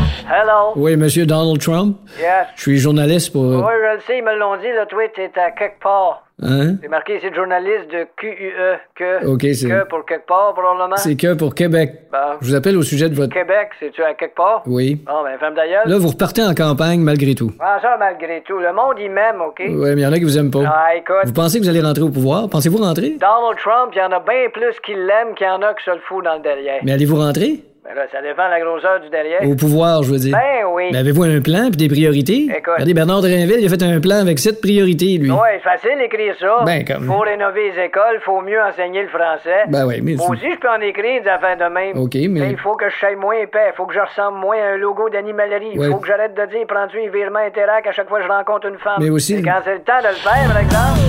[SPEAKER 9] Oui, monsieur Donald Trump.
[SPEAKER 11] Yes.
[SPEAKER 9] Je suis journaliste pour.
[SPEAKER 11] Oui, je le sais, ils me l'ont dit, le tweet est à quelque part.
[SPEAKER 9] Hein?
[SPEAKER 11] C'est marqué, c'est journaliste de QUE. Que,
[SPEAKER 9] OK, c'est-
[SPEAKER 11] que pour quelque part, probablement.
[SPEAKER 9] C'est que pour Québec.
[SPEAKER 11] Bon.
[SPEAKER 9] Je vous appelle au sujet de votre.
[SPEAKER 11] Québec, c'est-tu à quelque part?
[SPEAKER 9] Oui.
[SPEAKER 11] Bon, ben, femme d'ailleurs.
[SPEAKER 9] Là, vous repartez en campagne malgré tout.
[SPEAKER 11] Prends ça malgré tout. Le monde, il m'aime, OK?
[SPEAKER 9] Ouais, mais il y en a qui vous aiment pas.
[SPEAKER 11] Ah, écoute.
[SPEAKER 9] Euh, Vous pensez que vous allez rentrer au pouvoir? Pensez-vous rentrer?
[SPEAKER 11] Donald Trump, il y en a bien plus qui l'aiment qu'il y en a qui se le fout dans le derrière.
[SPEAKER 9] Mais allez-vous rentrer?
[SPEAKER 11] Ben là, ça dépend de la grosseur du derrière.
[SPEAKER 9] Au pouvoir, je veux dire.
[SPEAKER 11] Ben oui.
[SPEAKER 9] Mais avez-vous un plan puis des priorités?
[SPEAKER 11] Écoute.
[SPEAKER 9] Regardez, Bernard Drainville, il a fait un plan avec sept priorités, lui.
[SPEAKER 11] Ouais, facile d'écrire ça.
[SPEAKER 9] Ben, comme-
[SPEAKER 11] Faut rénover les écoles, faut mieux enseigner le français.
[SPEAKER 9] Ben oui, mais-
[SPEAKER 11] Moi aussi, je peux en écrire des affaires de même.
[SPEAKER 9] OK, mais-
[SPEAKER 11] il faut que je sois moins épais, faut que je ressemble moins à un logo d'animalerie.
[SPEAKER 9] Ouais.
[SPEAKER 11] Faut que j'arrête de dire prends-tu un virement interac à chaque fois que je rencontre une femme.
[SPEAKER 9] Mais aussi-
[SPEAKER 11] Et quand c'est le temps de le faire, par exemple.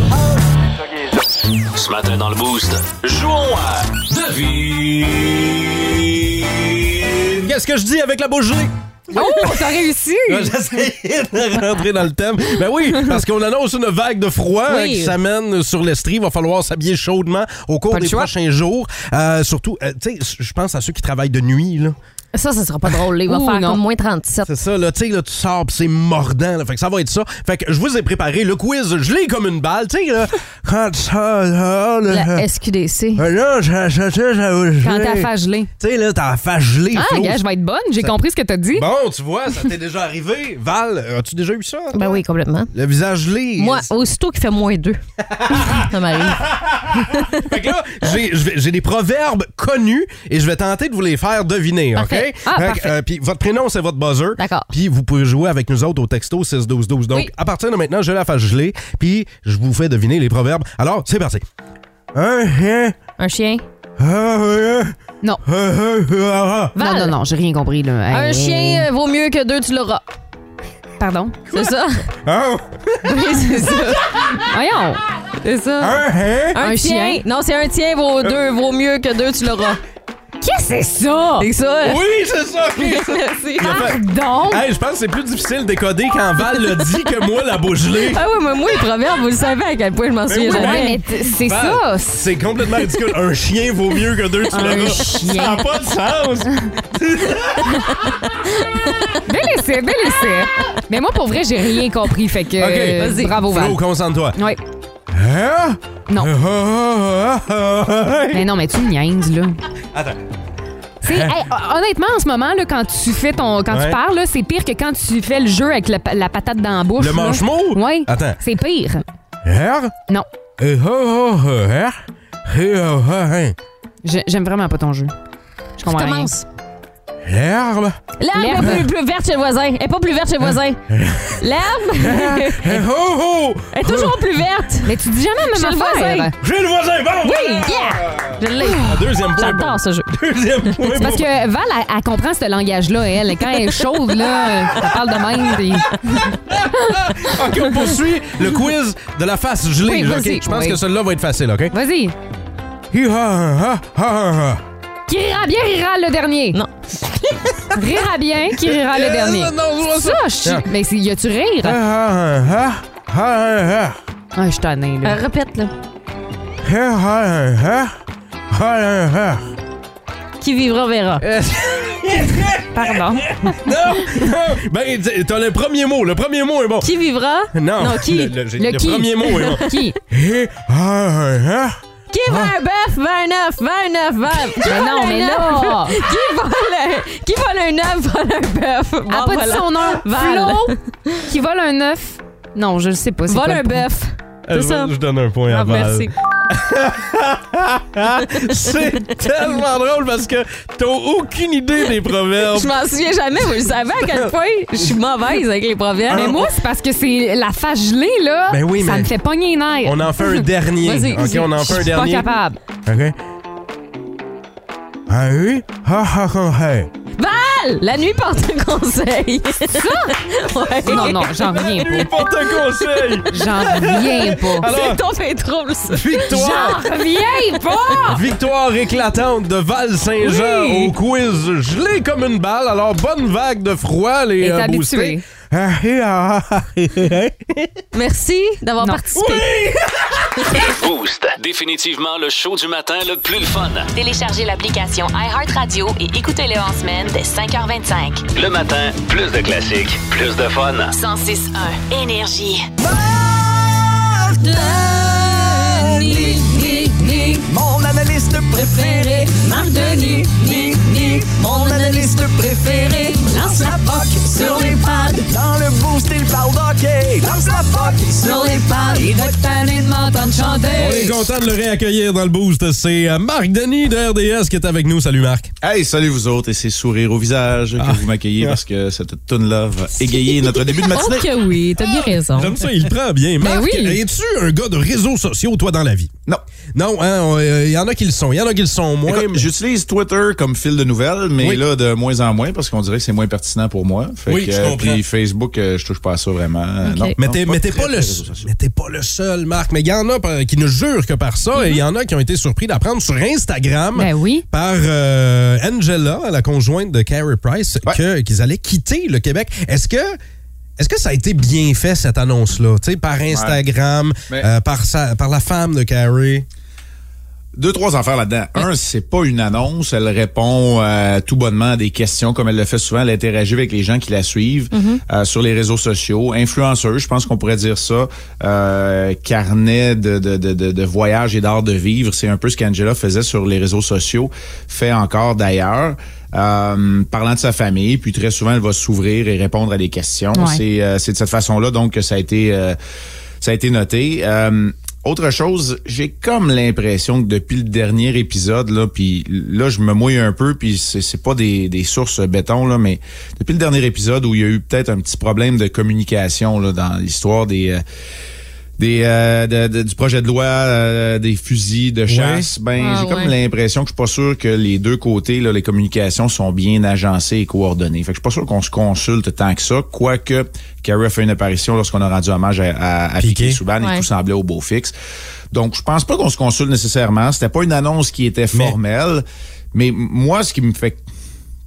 [SPEAKER 2] Ce matin dans le Boost, jouons à Devine.
[SPEAKER 5] Qu'est-ce que je dis avec la bougie?
[SPEAKER 7] oh, t'as réussi!
[SPEAKER 5] Là, J'essayais de rentrer dans le thème. Ben oui, parce qu'on annonce une vague de froid
[SPEAKER 6] Oui.
[SPEAKER 5] hein, qui s'amène sur l'Estrie. Il va falloir s'habiller chaudement au cours
[SPEAKER 7] Pas le
[SPEAKER 5] des
[SPEAKER 7] choix.
[SPEAKER 5] prochains jours. Euh, surtout, euh, tu sais, je pense à ceux qui travaillent de nuit. là.
[SPEAKER 6] Ça, ça sera pas drôle. là. Il va
[SPEAKER 7] Ouh,
[SPEAKER 6] faire
[SPEAKER 7] non.
[SPEAKER 6] comme moins 37.
[SPEAKER 5] C'est ça, là, tu sais, là, tu sors, pis c'est mordant. Là, fait que ça va être ça. Fait que je vous ai préparé le quiz. Je l'ai comme une balle. Tu sais, là, quand ça, là,
[SPEAKER 6] La
[SPEAKER 5] là,
[SPEAKER 6] SQDC.
[SPEAKER 5] là, ça, ça, ça, ça,
[SPEAKER 7] Quand t'as
[SPEAKER 5] ça,
[SPEAKER 7] fagelé.
[SPEAKER 5] tu sais, là, t'as fagelé.
[SPEAKER 7] Ah,
[SPEAKER 5] Flo.
[SPEAKER 7] gars, je vais être bonne. J'ai
[SPEAKER 5] Ça-
[SPEAKER 7] compris ce que t'as dit.
[SPEAKER 5] Bon, tu vois, ça t'est déjà arrivé. Val, as-tu déjà eu ça? toi?
[SPEAKER 6] Ben oui, complètement.
[SPEAKER 5] Le visage gelé.
[SPEAKER 6] Moi, aussitôt qu'il fait moins 2. ça m'arrive.
[SPEAKER 5] Fait que là, j'ai- je vais- j'ai des proverbes connus et je vais tenter de vous les faire deviner,
[SPEAKER 6] Parfait.
[SPEAKER 5] OK?
[SPEAKER 6] Ah,
[SPEAKER 5] Fait que,
[SPEAKER 6] parfait.
[SPEAKER 5] euh, Puis votre prénom, c'est votre buzzer.
[SPEAKER 6] D'accord.
[SPEAKER 5] Puis vous pouvez jouer avec nous autres au texto 6-12-12. Donc,
[SPEAKER 6] Oui.
[SPEAKER 5] à partir de maintenant, je la fais geler, puis je vous fais deviner les proverbes. Alors, c'est parti. Un, un,
[SPEAKER 6] Un chien.
[SPEAKER 5] un, un,
[SPEAKER 7] Non.
[SPEAKER 5] un, un, un, un.
[SPEAKER 6] Val.
[SPEAKER 7] Non, non, non, j'ai rien compris, là.
[SPEAKER 6] Un
[SPEAKER 7] Hey.
[SPEAKER 6] chien euh, vaut mieux que deux, tu l'auras.
[SPEAKER 7] Pardon?
[SPEAKER 6] C'est ça?
[SPEAKER 5] Un,
[SPEAKER 6] Oui, c'est ça.
[SPEAKER 7] Voyons!
[SPEAKER 6] C'est ça.
[SPEAKER 5] un, un. Euh.
[SPEAKER 6] Un,
[SPEAKER 7] Un
[SPEAKER 6] chien.
[SPEAKER 7] chien.
[SPEAKER 6] Non, c'est un tien vaut deux, vaut mieux que deux, tu l'auras.
[SPEAKER 7] Qu'est-ce que c'est ça?
[SPEAKER 6] C'est ça?
[SPEAKER 5] Oui, c'est ça. ok.
[SPEAKER 6] Merci.
[SPEAKER 5] Il a fait-
[SPEAKER 7] Pardon?
[SPEAKER 5] Hey, je pense que c'est plus difficile de décoder quand Val le dit que moi, la bouche gelée.
[SPEAKER 6] Ah oui, mais moi, les proverbes, vous le savez à quel point je m'en souviens
[SPEAKER 5] oui,
[SPEAKER 6] jamais.
[SPEAKER 5] ben.
[SPEAKER 7] Mais t- c'est ça!
[SPEAKER 5] Val, C'est complètement ridicule. Un chien vaut mieux que deux tu l'auras. Ça n'a pas de sens.
[SPEAKER 7] Bel essai, bel essai! Mais moi, pour vrai, j'ai rien compris. Fait que. euh,
[SPEAKER 5] OK,
[SPEAKER 7] bravo, Val.
[SPEAKER 5] Flo, concentre-toi.
[SPEAKER 7] Ouais.
[SPEAKER 5] Hein?
[SPEAKER 7] Non.
[SPEAKER 5] Ah, ah, ah, ah, ah.
[SPEAKER 7] Mais non, mais tu niaises, là.
[SPEAKER 5] Attends.
[SPEAKER 7] C'est- hey, hon- honnêtement, en ce moment, là, quand tu fais ton, quand
[SPEAKER 5] Hein? Ouais.
[SPEAKER 7] tu parles, là, c'est pire que quand tu fais le jeu avec la, pa- la patate dans la bouche.
[SPEAKER 5] Le
[SPEAKER 7] là.
[SPEAKER 5] manche-mou?
[SPEAKER 7] Oui.
[SPEAKER 5] Attends.
[SPEAKER 7] C'est pire.
[SPEAKER 5] R?
[SPEAKER 7] Non.
[SPEAKER 5] Eh, ho, ho, ho, R? Eh, ho, ho, hein.
[SPEAKER 7] J'ai- J'aime vraiment pas ton jeu. Je comprends rien.
[SPEAKER 6] Commence.
[SPEAKER 5] L'herbe?
[SPEAKER 6] L'herbe est plus, plus verte chez le voisin. Elle est pas plus verte chez le voisin. L'herbe
[SPEAKER 5] Eh, ho, ho!
[SPEAKER 6] est toujours plus verte.
[SPEAKER 7] Mais tu dis jamais la
[SPEAKER 6] Chez
[SPEAKER 7] même
[SPEAKER 6] le voisin.
[SPEAKER 7] affaire.
[SPEAKER 5] J'ai le voisin, bon!
[SPEAKER 6] Oui, yeah! Je l'ai.
[SPEAKER 5] Deuxième point.
[SPEAKER 6] J'adore ce jeu.
[SPEAKER 5] Deuxième point.
[SPEAKER 7] C'est parce que Val, elle, elle comprend ce langage-là, elle. Quand elle est chaude, là, elle parle de même. puis-
[SPEAKER 5] OK, on poursuit le quiz de la face gelée.
[SPEAKER 7] Oui,
[SPEAKER 5] OK?
[SPEAKER 7] vas-y.
[SPEAKER 5] Je pense
[SPEAKER 7] Oui.
[SPEAKER 5] que celui-là va être facile, OK?
[SPEAKER 7] Vas-y.
[SPEAKER 5] Hi, ha, ha, ha, ha, ha.
[SPEAKER 7] Qui rira bien, rira le dernier.
[SPEAKER 6] Non.
[SPEAKER 7] rira bien, qui rira le dernier.
[SPEAKER 5] Euh,
[SPEAKER 7] Ça, je
[SPEAKER 6] Ah.
[SPEAKER 7] suis. Mais c'est- y a-tu
[SPEAKER 5] Ha,
[SPEAKER 7] rire?
[SPEAKER 5] ha, ha, ha, ha, ha.
[SPEAKER 7] Ah, je suis tannée, là.
[SPEAKER 6] Euh, Répète, là.
[SPEAKER 5] Hi, ha, ha, ha, ha, ha.
[SPEAKER 6] Qui vivra verra. Pardon.
[SPEAKER 5] Non! non. Ben, t- t'as le premier mot. Le premier mot est bon.
[SPEAKER 6] Qui vivra?
[SPEAKER 5] Non.
[SPEAKER 6] Non, qui?
[SPEAKER 5] Le, le- j'ai-
[SPEAKER 7] Le
[SPEAKER 5] le
[SPEAKER 7] qui?
[SPEAKER 5] premier mot est bon.
[SPEAKER 7] Qui?
[SPEAKER 5] Hi, ha, ha, ha.
[SPEAKER 6] Qui va un bœuf, va un œuf, va un œuf, va
[SPEAKER 7] Mais non, mais là.
[SPEAKER 6] Qui vole un, qui vole un œuf, vole un bœuf.
[SPEAKER 5] Ah,
[SPEAKER 6] Bon,
[SPEAKER 7] Elle a Ah, pas
[SPEAKER 6] Ah, voilà.
[SPEAKER 7] dit son nom.
[SPEAKER 6] Val.
[SPEAKER 7] Flo, qui vole un œuf. Non, je le sais pas. c'est
[SPEAKER 6] Vole
[SPEAKER 7] quoi le
[SPEAKER 6] un
[SPEAKER 7] point.
[SPEAKER 6] bœuf.
[SPEAKER 5] Euh,
[SPEAKER 6] C'est ça.
[SPEAKER 5] Je donne un point à
[SPEAKER 6] Ah,
[SPEAKER 5] Val.
[SPEAKER 6] merci.
[SPEAKER 5] C'est tellement drôle parce que t'as aucune idée des proverbes.
[SPEAKER 6] Je m'en souviens jamais, vous le savez à quel point je suis mauvaise avec les proverbes.
[SPEAKER 7] Mais moi, c'est parce que c'est la face gelée, là.
[SPEAKER 5] Ben oui,
[SPEAKER 7] ça
[SPEAKER 5] mais-
[SPEAKER 7] me fait pogner les nerfs.
[SPEAKER 5] On en fait un dernier.
[SPEAKER 7] Vas-y,
[SPEAKER 5] OK,
[SPEAKER 7] vas-y.
[SPEAKER 5] on en fait un dernier.
[SPEAKER 7] Je suis pas capable.
[SPEAKER 5] OK. Ah oui? Ha ha ha ha.
[SPEAKER 6] Val, la nuit porte un conseil. Ça? Ouais.
[SPEAKER 7] Non, non, j'en reviens pas.
[SPEAKER 5] Pour te conseil!
[SPEAKER 7] J'en reviens pas.
[SPEAKER 5] Alors,
[SPEAKER 6] C'est ton fait trouble, ça.
[SPEAKER 5] victoire!
[SPEAKER 7] Reviens pas!
[SPEAKER 5] Victoire éclatante de Val Saint-Jean
[SPEAKER 6] Oui.
[SPEAKER 5] au quiz gelé comme une balle. Alors, bonne vague de froid, les
[SPEAKER 7] Et
[SPEAKER 5] euh,
[SPEAKER 7] t'es
[SPEAKER 5] boostés.
[SPEAKER 7] habitué.
[SPEAKER 5] Ah, eh, ah, ah, eh, eh.
[SPEAKER 6] Merci d'avoir participé.
[SPEAKER 2] Le Boost. Définitivement le show du matin le plus le fun.
[SPEAKER 1] Téléchargez l'application iHeartRadio et écoutez-le en semaine dès 5h25.
[SPEAKER 2] Le matin, plus de classiques, plus de fun.
[SPEAKER 1] 106.1 Énergie.
[SPEAKER 12] Mon analyste préféré, Marc Denis, ni, ni. Mon analyste préféré, lance la POC sur les pads. Dans le boost, il parle d'hockey. Lance la POC sur les pads. Il doit être tanné de m'entendre
[SPEAKER 5] On est
[SPEAKER 12] chanter.
[SPEAKER 5] content de le réaccueillir dans le boost. C'est euh, Marc Denis de RDS qui est avec nous. Salut Marc. Ah,
[SPEAKER 4] Hey, salut vous autres, et c'est sourire au visage que vous m'accueillez parce que cette toune-là va égayer notre début de matinée.
[SPEAKER 6] que oui, t'as bien raison.
[SPEAKER 5] Comme ça, il prend bien. Marc,
[SPEAKER 6] Ben oui.
[SPEAKER 5] es-tu un gars de réseaux sociaux, toi, dans la vie?
[SPEAKER 4] Non.
[SPEAKER 5] Non, hein, on- euh, il y en a qui le sont. Il y en a qui le sont moins.
[SPEAKER 4] Écoute,
[SPEAKER 5] mais-
[SPEAKER 4] J'utilise Twitter comme fil de nouvelles, mais
[SPEAKER 5] Oui.
[SPEAKER 4] là, de moins en moins, parce qu'on dirait que c'est moins pertinent pour moi. Fait
[SPEAKER 5] Oui,
[SPEAKER 4] que,
[SPEAKER 5] je
[SPEAKER 4] euh,
[SPEAKER 5] comprends.
[SPEAKER 4] Puis Facebook, euh, je touche pas à ça vraiment. Euh, Non,
[SPEAKER 5] Mais
[SPEAKER 4] non,
[SPEAKER 5] t'es,
[SPEAKER 4] pas
[SPEAKER 5] mais t'es
[SPEAKER 4] très,
[SPEAKER 5] pas,
[SPEAKER 4] très
[SPEAKER 5] le,
[SPEAKER 4] réseaux sociaux.
[SPEAKER 5] mais t'es pas le seul, Marc. Mais il y en a par- qui ne jurent que par ça. Et il y en a qui ont été surpris d'apprendre sur Instagram
[SPEAKER 7] Ben oui.
[SPEAKER 5] par euh, Angela, la conjointe de Carrie Price,
[SPEAKER 4] Ouais.
[SPEAKER 5] que, qu'ils allaient quitter le Québec. Est-ce que, est-ce que ça a été bien fait, cette annonce-là? Tu sais, par Instagram,
[SPEAKER 4] Mais-
[SPEAKER 5] euh, par, sa- par la femme de Carrie.
[SPEAKER 4] Deux, trois affaires là-dedans. Un, c'est pas une annonce. Elle répond euh, tout bonnement à des questions, comme elle le fait souvent. Elle interagit avec les gens qui la suivent euh, sur les réseaux sociaux. Influenceuse, je pense qu'on pourrait dire ça. Euh, carnet de, de, de, de, de voyage et d'art de vivre. C'est un peu ce qu'Angela faisait sur les réseaux sociaux, fait encore d'ailleurs. Euh, parlant de sa famille, puis très souvent, elle va s'ouvrir et répondre à des questions.
[SPEAKER 7] Ouais.
[SPEAKER 4] C'est euh, c'est de cette façon-là, donc, que ça a été... euh, ça a été noté. Euh, autre chose, j'ai comme l'impression que depuis le dernier épisode, là, puis là, je me mouille un peu, puis c'est c'est pas des, des sources béton, là, mais depuis le dernier épisode où il y a eu peut-être un petit problème de communication là, dans l'histoire des. euh, des, euh, de- de- du projet de loi euh, des fusils de chasse, ben
[SPEAKER 6] Ah,
[SPEAKER 4] j'ai comme
[SPEAKER 6] ouais.
[SPEAKER 4] l'impression que je suis pas sûr que les deux côtés, là, les communications sont bien agencées et coordonnées. Fait que je suis pas sûr qu'on se consulte tant que ça, quoique Carrie a fait une apparition lorsqu'on a rendu hommage à, à, à
[SPEAKER 5] Piqué.
[SPEAKER 4] Piqué Souban et
[SPEAKER 6] Ouais.
[SPEAKER 4] tout semblait au beau fixe. Donc je pense pas qu'on se consulte nécessairement. C'était pas une annonce qui était
[SPEAKER 5] Mais-
[SPEAKER 4] formelle, mais, moi ce qui me fait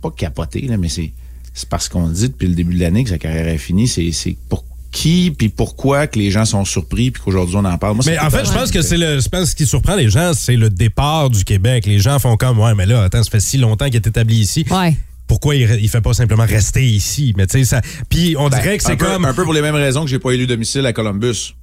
[SPEAKER 4] pas capoter là, mais c'est c'est parce qu'on le dit depuis le début de l'année que sa carrière est finie. C'est c'est pour qui puis pourquoi que les gens sont surpris puis qu'aujourd'hui on en parle. Moi,
[SPEAKER 5] Mais
[SPEAKER 4] c'est
[SPEAKER 5] en
[SPEAKER 4] tout
[SPEAKER 5] fait, je
[SPEAKER 4] le temps-
[SPEAKER 5] pense que c'est le, je pense que ce qui surprend les gens, c'est le départ du Québec. Les gens font comme, ouais, mais là, attends, ça fait si longtemps qu'il est établi ici.
[SPEAKER 7] Ouais.
[SPEAKER 5] Pourquoi il, re- il fait pas simplement rester ici? Mais tu sais, ça. Puis on dirait que
[SPEAKER 4] Ben, un
[SPEAKER 5] c'est
[SPEAKER 4] peu-
[SPEAKER 5] comme.
[SPEAKER 4] un peu pour les mêmes raisons que j'ai pas élu domicile à Columbus.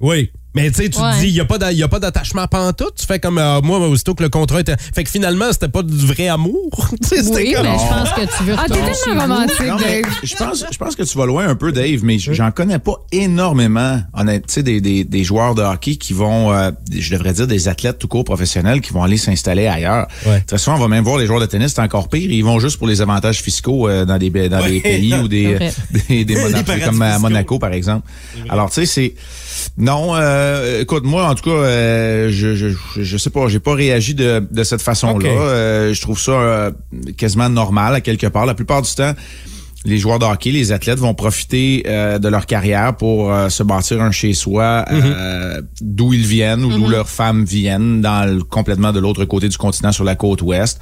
[SPEAKER 5] Oui. Mais tu sais, tu te
[SPEAKER 13] Ouais.
[SPEAKER 5] dis, il n'y a pas d'a- y a pas d'attachement pantoute. Tu fais comme euh, moi, aussitôt que le contrat était. Fait que finalement, c'était pas du vrai amour. Tu sais, c'était comme-
[SPEAKER 7] tu veux Ah, t'es
[SPEAKER 5] retourner
[SPEAKER 7] tellement
[SPEAKER 5] chez vous.
[SPEAKER 7] romantique,
[SPEAKER 5] Non,
[SPEAKER 4] mais-
[SPEAKER 7] Dave.
[SPEAKER 4] Je pense, je pense que tu vas loin un peu, Dave, mais j- j'en connais pas énormément, honnêtement, tu sais, des, des, des joueurs de hockey qui vont, euh, je devrais dire des athlètes tout court professionnels qui vont aller s'installer ailleurs. Très souvent, on va même voir les joueurs de tennis, c'est encore pire, ils vont juste pour les avantages fiscaux euh, dans des ba- dans des
[SPEAKER 5] Ouais,
[SPEAKER 4] pays
[SPEAKER 5] non,
[SPEAKER 4] ou des,
[SPEAKER 5] c'est vrai.
[SPEAKER 4] des, des
[SPEAKER 5] Des
[SPEAKER 4] monarchies
[SPEAKER 5] paradis
[SPEAKER 4] comme euh, à
[SPEAKER 5] fiscaux.
[SPEAKER 4] Monaco, par exemple. Alors, tu sais, c'est... Non, euh, écoute, moi, en tout cas, euh, je, je, je- je sais pas, j'ai pas réagi de, de cette façon-là.
[SPEAKER 5] Ok.
[SPEAKER 4] Euh, je trouve ça euh, quasiment normal à quelque part. La plupart du temps, les joueurs de hockey, les athlètes vont profiter euh, de leur carrière pour euh, se bâtir un chez-soi euh, d'où ils viennent ou d'où leurs femmes viennent, dans le- complètement de l'autre côté du continent, sur la côte ouest,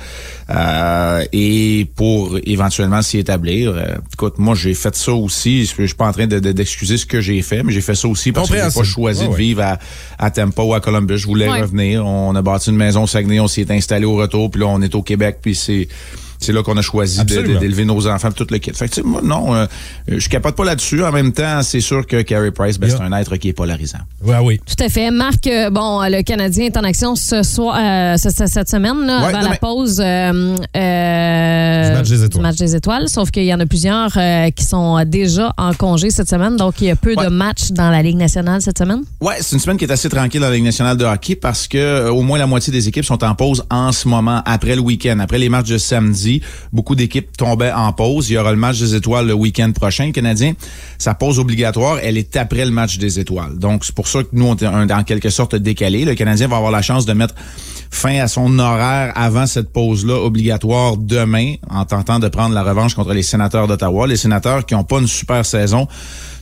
[SPEAKER 4] euh, et pour éventuellement s'y établir. Euh, écoute, moi, j'ai fait ça aussi. Je suis pas en train de- de- d'excuser ce que j'ai fait, mais j'ai fait ça aussi parce que j'ai pas
[SPEAKER 5] Compréhensible.
[SPEAKER 4] choisi
[SPEAKER 5] Ouais,
[SPEAKER 4] de
[SPEAKER 5] ouais.
[SPEAKER 4] vivre à, à Tampa ou à Columbus. Je voulais
[SPEAKER 5] Ouais.
[SPEAKER 4] revenir. On a bâti une maison au Saguenay, on s'y est installé au retour, puis là, on est au Québec, puis c'est. C'est là qu'on a choisi de- de-
[SPEAKER 5] Absolument.
[SPEAKER 4] d'élever nos enfants, puis tout le kit. Fait que, tu sais, moi, non, euh, euh, je capote pas là-dessus. En même temps, c'est sûr que Carey Price, ben, c'est un être qui est polarisant.
[SPEAKER 5] Ouais, oui.
[SPEAKER 6] Tout à fait. Marc, euh, bon, le Canadien est en action ce soir, euh, ce- ce- cette semaine, là,
[SPEAKER 5] Ouais,
[SPEAKER 6] avant
[SPEAKER 5] non,
[SPEAKER 6] la
[SPEAKER 5] mais-
[SPEAKER 6] pause euh, euh,
[SPEAKER 5] Du match des étoiles.
[SPEAKER 6] du match des étoiles. Sauf qu'il y en a plusieurs euh, qui sont déjà en congé cette semaine, donc il y a peu de matchs dans la Ligue nationale cette semaine.
[SPEAKER 4] Ouais, c'est une semaine qui est assez tranquille dans la Ligue nationale de hockey parce que euh, au moins la moitié des équipes sont en pause en ce moment, après le week-end, après les matchs de samedi. Beaucoup d'équipes tombaient en pause. Il y aura le match des étoiles le week-end prochain. Le Canadien, sa pause obligatoire, elle est après le match des étoiles. Donc, c'est pour ça que nous, on est un- en quelque sorte décalé. Le Canadien va avoir la chance de mettre fin à son horaire avant cette pause-là obligatoire demain en tentant de prendre la revanche contre les sénateurs d'Ottawa. Les sénateurs qui n'ont pas une super saison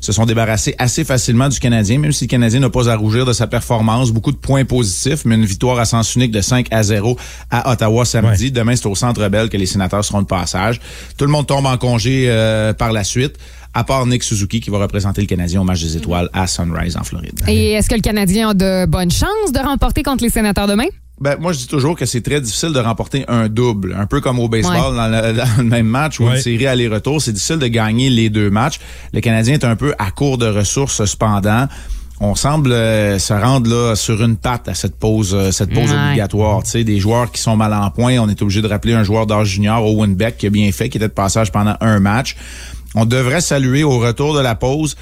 [SPEAKER 4] se sont débarrassés assez facilement du Canadien, même si le Canadien n'a pas à rougir de sa performance. Beaucoup de points positifs, mais une victoire à sens unique de 5 à 0 à Ottawa samedi. Demain, c'est au Centre Bell que les sénateurs seront de passage. Tout le monde tombe en congé euh, par la suite, à part Nick Suzuki qui va représenter le Canadien au match des étoiles à Sunrise en Floride.
[SPEAKER 7] Et est-ce que le Canadien a de bonnes chances de remporter contre les sénateurs demain?
[SPEAKER 4] Ben, moi, je dis toujours que c'est très difficile de remporter un double. Un peu comme au baseball,
[SPEAKER 7] Ouais.
[SPEAKER 4] dans, le, dans le même match ou
[SPEAKER 5] Ouais.
[SPEAKER 4] une série aller-retour, c'est difficile de gagner les deux matchs. Le Canadien est un peu à court de ressources, cependant. On semble euh, se rendre là sur une patte à cette pause, euh, cette pause
[SPEAKER 5] Ouais.
[SPEAKER 4] obligatoire. Tu sais, des joueurs qui sont mal en point, on est obligé de rappeler un joueur d'âge junior, Owen Beck, qui a bien fait, qui était de passage pendant un match. On devrait saluer au retour de la pause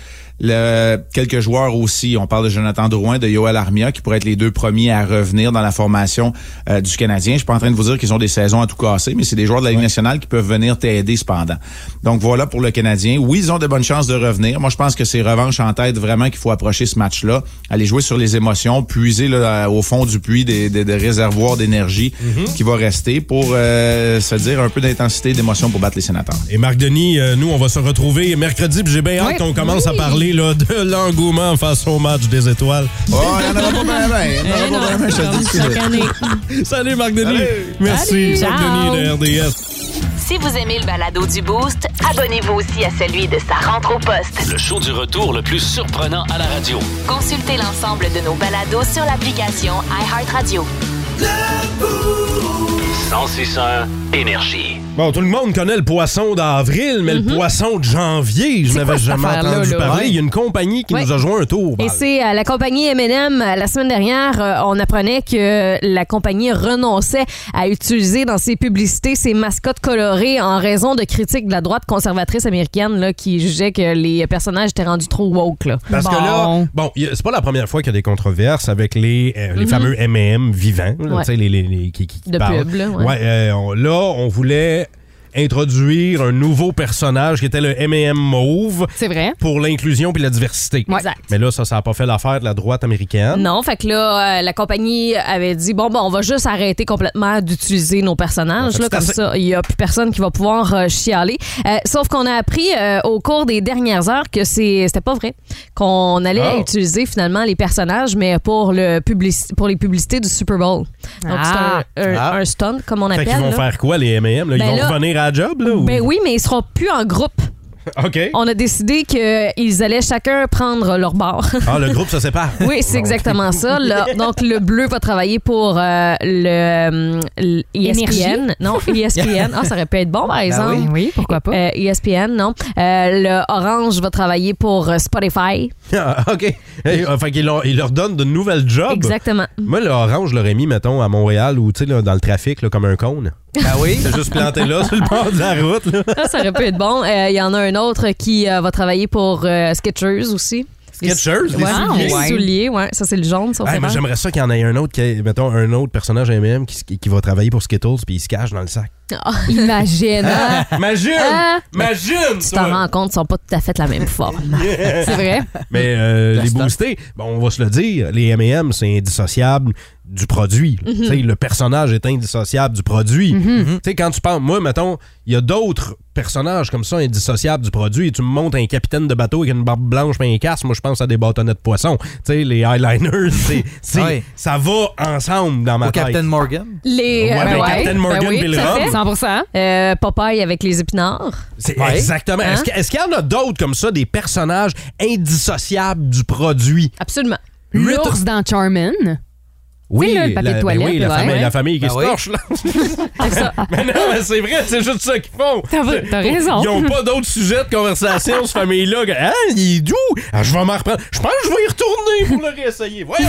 [SPEAKER 4] le- quelques joueurs aussi. On parle de Jonathan Drouin, de Yoel Armia, qui pourraient être les deux premiers à revenir dans la formation euh, du Canadien. Je suis pas en train de vous dire qu'ils ont des saisons à tout casser, mais c'est des joueurs de la Ligue nationale qui peuvent venir t'aider cependant. Donc voilà pour le Canadien. Oui, ils ont de bonnes chances de revenir. Moi, je pense que c'est revanche en tête vraiment qu'il faut approcher ce match-là. Aller jouer sur les émotions, puiser là, au fond du puits des, des- des réservoirs d'énergie
[SPEAKER 5] Mhm.
[SPEAKER 4] qui va rester pour euh, se dire un peu d'intensité, d'émotion pour battre les sénateurs.
[SPEAKER 5] Et Marc Denis, euh, nous, on va se retrouver mercredi. puis J'ai bien hâte
[SPEAKER 4] Ouais.
[SPEAKER 5] qu'on commence à
[SPEAKER 4] Oui.
[SPEAKER 5] parler là, de l'engouement face au match des étoiles.
[SPEAKER 4] Oh, il y en aura pas bien, ben. Il y en aura pas bien, ben, je te le dis tout de suite.
[SPEAKER 5] Salut, Marc Denis.
[SPEAKER 1] Salut.
[SPEAKER 5] Merci, Marc
[SPEAKER 1] Ciao.
[SPEAKER 5] Denis de RDS.
[SPEAKER 1] Si vous aimez le balado du Boost, abonnez-vous aussi à celui de sa rentre au poste.
[SPEAKER 2] Le show du retour le plus surprenant à la radio.
[SPEAKER 1] Consultez l'ensemble de nos balados sur l'application iHeartRadio.
[SPEAKER 2] 1061 Énergie.
[SPEAKER 5] Bon, tout le monde connaît le poisson d'avril, mais le poisson de janvier, je
[SPEAKER 6] Mhm. C'est quoi
[SPEAKER 5] n'avais
[SPEAKER 6] cette
[SPEAKER 5] jamais
[SPEAKER 6] affaire-là,
[SPEAKER 5] entendu
[SPEAKER 6] là?
[SPEAKER 5] parler.
[SPEAKER 6] Ouais.
[SPEAKER 5] Il y a une compagnie qui
[SPEAKER 6] Ouais.
[SPEAKER 5] nous a joué un tour.
[SPEAKER 6] Et
[SPEAKER 5] Val.
[SPEAKER 6] c'est euh, la compagnie M&M. euh, La semaine dernière, euh, on apprenait que la compagnie renonçait à utiliser dans ses publicités ses mascottes colorées en raison de critiques de la droite conservatrice américaine là, qui jugeait que les personnages étaient rendus trop woke. Là.
[SPEAKER 5] Parce que là, bon, y a- c'est pas la première fois qu'il y a des controverses avec les, euh, les
[SPEAKER 6] Mhm.
[SPEAKER 5] fameux M&M vivants, là,
[SPEAKER 6] Ouais.
[SPEAKER 5] tu sais, les, les- les- qui, qui- qui
[SPEAKER 6] De
[SPEAKER 5] parlent.
[SPEAKER 6] pub, là, ouais.
[SPEAKER 5] euh, on- là, on voulait introduire un nouveau personnage qui était le M&M mauve.
[SPEAKER 7] C'est vrai.
[SPEAKER 5] Pour l'inclusion puis la diversité.
[SPEAKER 6] Exact.
[SPEAKER 5] Mais là, ça, ça n'a pas fait l'affaire de la droite américaine.
[SPEAKER 6] Non, fait que là, euh, la compagnie avait dit bon, bon, on va juste arrêter complètement d'utiliser nos personnages.
[SPEAKER 5] Ouais,
[SPEAKER 6] là,
[SPEAKER 5] c'est
[SPEAKER 6] comme
[SPEAKER 5] assez.
[SPEAKER 6] ça, il n'y a plus personne qui va pouvoir euh, chialer. Euh, sauf qu'on a appris euh, au cours des dernières heures que c'est- c'était pas vrai. Qu'on allait
[SPEAKER 7] Oh.
[SPEAKER 6] utiliser finalement les personnages, mais pour, le publici- pour les publicités du Super Bowl. Donc,
[SPEAKER 5] Ah.
[SPEAKER 6] c'est un, un-
[SPEAKER 5] Ah.
[SPEAKER 6] un stunt, comme on
[SPEAKER 5] Fait
[SPEAKER 6] appelle.
[SPEAKER 5] qu'ils vont
[SPEAKER 6] là.
[SPEAKER 5] faire quoi, les M&M? là?
[SPEAKER 6] Ben
[SPEAKER 5] ils vont
[SPEAKER 6] là-
[SPEAKER 5] revenir à la job? Là, ou-
[SPEAKER 6] Ben oui, mais ils seront plus en groupe.
[SPEAKER 5] OK.
[SPEAKER 6] On a décidé qu'ils allaient chacun prendre leur bord.
[SPEAKER 5] Ah, le groupe se sépare.
[SPEAKER 6] Oui, c'est exactement ça. Le- donc, le bleu va travailler pour euh, le, euh, l- ESPN.
[SPEAKER 7] Énergie.
[SPEAKER 6] Non, ESPN. Ah, ça aurait pu être bon, par
[SPEAKER 7] Ben
[SPEAKER 6] exemple. Euh, E
[SPEAKER 7] oui. Oui,
[SPEAKER 6] pourquoi pas. ESPN, non. Euh, le orange va travailler pour euh, Spotify.
[SPEAKER 5] Ah, OK. Hey, euh, fait qu'il leur, il leur donne de nouvelles jobs.
[SPEAKER 6] Exactement.
[SPEAKER 5] Moi, le orange, je l'aurais mis, mettons, à Montréal ou, tu sais, là, dans le trafic, là, comme un cône. Ah oui? C'est juste planté là, sur le bord de la route. là.
[SPEAKER 6] Ah, ça aurait pu être bon. Euh, Il y en a un autre qui euh, va travailler pour euh, Skechers aussi.
[SPEAKER 5] Skechers,
[SPEAKER 6] Les-
[SPEAKER 5] des
[SPEAKER 6] Ouais,
[SPEAKER 5] souliers?
[SPEAKER 6] des
[SPEAKER 5] Ouais.
[SPEAKER 6] souliers, ouais. Ça, c'est le jaune, ça.
[SPEAKER 5] Hey, moi, J'aimerais ça qu'il y en ait un autre, qui ait, mettons, un autre personnage MM qui, se- qui va travailler pour Skittles puis il se cache dans le sac.
[SPEAKER 6] Imagine.
[SPEAKER 7] Ah,
[SPEAKER 6] hein?
[SPEAKER 5] Imagine!
[SPEAKER 6] Hein?
[SPEAKER 5] Imagine!
[SPEAKER 6] Tu t'en rends compte, ils sont pas tout à fait la même forme. C'est vrai.
[SPEAKER 5] Mais euh, les boostés, bon, on va se le dire, les M&M, c'est indissociable du produit.
[SPEAKER 6] Mhm.
[SPEAKER 5] Tu sais, Le personnage est indissociable du produit. Mm-hmm. Tu sais, Quand tu parles, moi, mettons, il y a d'autres personnages comme ça indissociables du produit. Tu me montes un capitaine de bateau avec une barbe blanche et un casque, moi, je pense à des bâtonnets de poisson. Tu sais, les eyeliners, c'est, c'est-
[SPEAKER 10] Ouais.
[SPEAKER 5] ça va ensemble dans ma
[SPEAKER 10] Ou
[SPEAKER 5] tête.
[SPEAKER 10] Captain Morgan.
[SPEAKER 6] Les
[SPEAKER 5] Ouais,
[SPEAKER 6] euh,
[SPEAKER 5] ben, Captain Morgan puis le
[SPEAKER 6] tout à fait.
[SPEAKER 5] rhum.
[SPEAKER 6] 100%. Euh, Popeye avec les épinards.
[SPEAKER 5] C'est
[SPEAKER 6] Ouais.
[SPEAKER 5] Exactement.
[SPEAKER 6] Hein?
[SPEAKER 5] Est-ce, que- est-ce qu'il y en a d'autres comme ça, des personnages indissociables du produit?
[SPEAKER 6] Absolument.
[SPEAKER 7] L'ours dans Charmin. Tu sais, là, le papier
[SPEAKER 5] la-
[SPEAKER 7] de
[SPEAKER 5] ben
[SPEAKER 7] toilette.
[SPEAKER 5] oui, la
[SPEAKER 7] ouais.
[SPEAKER 5] famille, la famille qui
[SPEAKER 7] Ben
[SPEAKER 5] se
[SPEAKER 7] oui.
[SPEAKER 5] torche, là. mais non, mais c'est vrai, c'est juste ça qu'ils font.
[SPEAKER 7] T'as- t'as raison.
[SPEAKER 5] Ils n'ont pas d'autres sujets de conversation, cette famille-là. que, Hein, il est doux. Ah, je vais m'en reprendre. Je pense que je vais y retourner pour le réessayer. Voyons.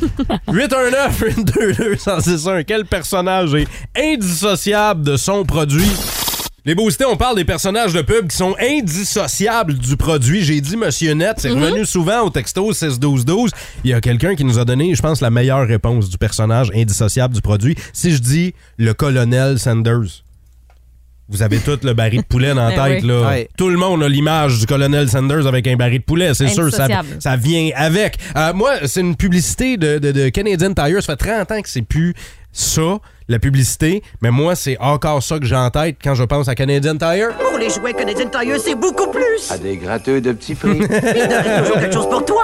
[SPEAKER 5] 819 122 161 Quel personnage est indissociable de son produit? Les boostés, on parle des personnages de pub qui sont indissociables du produit. J'ai dit Monsieur Net, c'est
[SPEAKER 10] Mm-hmm.
[SPEAKER 5] revenu souvent au texto 6-12-12. Il y a quelqu'un qui nous a donné, je pense, la meilleure réponse du personnage indissociable du produit. Si je dis le colonel Sanders. Vous avez tout le baril de poulet dans la
[SPEAKER 10] Ben
[SPEAKER 5] tête,
[SPEAKER 10] oui.
[SPEAKER 5] là.
[SPEAKER 10] Ouais.
[SPEAKER 5] Tout le monde a l'image du colonel Sanders avec un baril de poulet, c'est sûr, ça,
[SPEAKER 10] Indissociable.
[SPEAKER 5] ça vient avec. Euh, moi, c'est une publicité de, de- de Canadian Tire. Ça fait 30 ans que c'est plus ça, la publicité. Mais moi, c'est encore ça que j'ai en tête quand je pense à Canadian Tire.
[SPEAKER 12] Pour les jouets Canadian Tire, c'est beaucoup plus.
[SPEAKER 3] À des gratteux de petits prix.
[SPEAKER 12] Il te reste toujours quelque chose pour toi.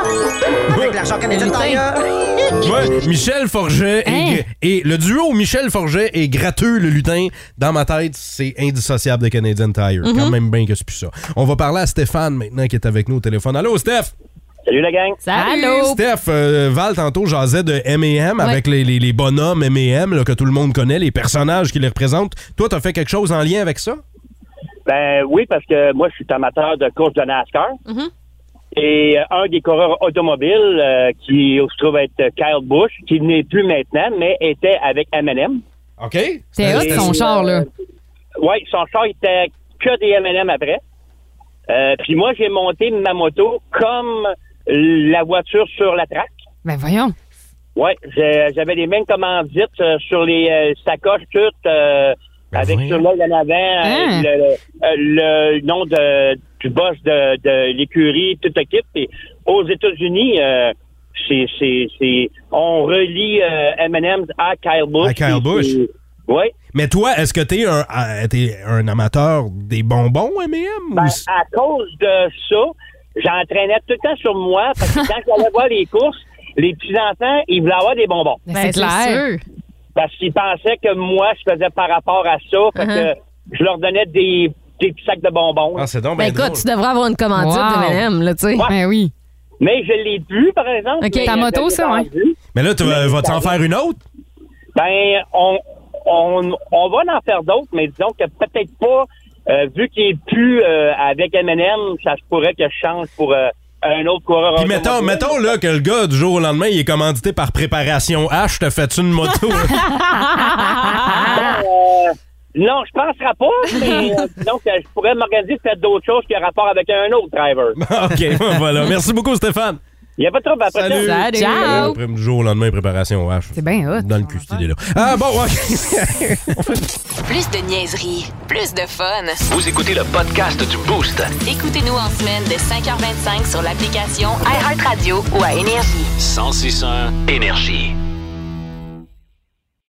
[SPEAKER 12] Avec l'argent Canadian Tire.
[SPEAKER 5] Moi, Michel Forget et-
[SPEAKER 12] Hein?
[SPEAKER 5] et, le duo Michel Forget et Gratteux le lutin, dans ma tête, c'est indissociable de Canadian Tire.
[SPEAKER 12] Mhm.
[SPEAKER 5] Quand même bien que c'est plus ça. On va parler à Stéphane maintenant qui est avec nous au téléphone. Allô, Steph!
[SPEAKER 13] Salut la gang.
[SPEAKER 5] Steph, euh, Val tantôt jasait de M&M avec les, les- les bonhommes M&M là, que tout le monde connaît, les personnages qui les représentent. Toi, t'as fait quelque chose en lien avec ça?
[SPEAKER 13] Ben oui, parce que moi, je suis amateur de course de NASCAR. Et euh, un des coureurs automobiles euh, qui se trouve être Kyle Busch, qui n'est plus maintenant, mais était avec M&M.
[SPEAKER 5] OK.
[SPEAKER 7] T'es
[SPEAKER 5] Ben,
[SPEAKER 7] hot, son char, là.
[SPEAKER 13] Oui, Euh, son char était que des M&M après. Euh, Puis moi, j'ai monté ma moto comme la voiture sur la track.
[SPEAKER 7] Ben voyons.
[SPEAKER 13] Oui, j'avais les mêmes commandites euh, sur les euh, sacoches toutes, euh,
[SPEAKER 5] Ben
[SPEAKER 13] avec sur l'œil en avant, euh,
[SPEAKER 6] Hein?
[SPEAKER 13] le, le- le nom de, du boss de, de l'écurie, tout le kit. Et aux États-Unis, euh, c'est, c'est, c'est, on relie euh, M&M's à Kyle Busch.
[SPEAKER 5] À Kyle Busch.
[SPEAKER 13] Oui.
[SPEAKER 5] Mais toi, est-ce que t'es un, euh, t'es un amateur des bonbons M&M?
[SPEAKER 13] Ben, à cause de ça, j'entraînais tout le temps sur moi hein, parce que quand j'allais voir les courses, les petits-enfants, ils voulaient avoir des bonbons.
[SPEAKER 7] Ben, c'est clair.
[SPEAKER 13] Parce qu'ils ben, pensaient que moi, je faisais par rapport à ça. Fait
[SPEAKER 6] Uh-huh.
[SPEAKER 13] que je leur donnais des, des petits sacs de bonbons. Ah,
[SPEAKER 5] c'est donc
[SPEAKER 6] Ben, écoute, tu devrais avoir une commandite
[SPEAKER 13] Wow.
[SPEAKER 6] de M&M, là, tu sais.
[SPEAKER 13] Ouais. Ben
[SPEAKER 7] oui.
[SPEAKER 13] Mais je l'ai bu, par exemple.
[SPEAKER 6] OK. Ta moto, ça, ouais.
[SPEAKER 5] Mais là, tu vas vas t'en faire une autre?
[SPEAKER 13] Ben, on, on, on va en faire d'autres, mais disons que peut-être pas. euh, vu qu'il est plus euh, avec M&M, ça se pourrait que je change pour euh, un autre coureur.
[SPEAKER 5] Puis mettons,
[SPEAKER 13] automobile.
[SPEAKER 5] mettons là, que le gars, du jour au lendemain, il est commandité par Préparation H, te fais-tu une moto?
[SPEAKER 13] Euh, non, je penserai pas, mais euh, disons que je pourrais m'organiser de faire d'autres choses qui ont rapport avec un autre driver.
[SPEAKER 5] OK, voilà. Merci beaucoup, Stéphane.
[SPEAKER 13] Il n'y a pas de trouble après
[SPEAKER 5] Salut.
[SPEAKER 13] ça.
[SPEAKER 5] Ciao. Après, du jour au lendemain, Préparation H.
[SPEAKER 7] C'est bien Ben, hot.
[SPEAKER 5] Dans le cul, cette idée-là. Ah bon, OK.
[SPEAKER 1] Plus de niaiserie, plus de fun.
[SPEAKER 2] Vous écoutez le podcast du Boost.
[SPEAKER 1] Écoutez-nous en semaine de 5h25 sur l'application iHeartRadio ou à Énergie.
[SPEAKER 2] 1061 Énergie.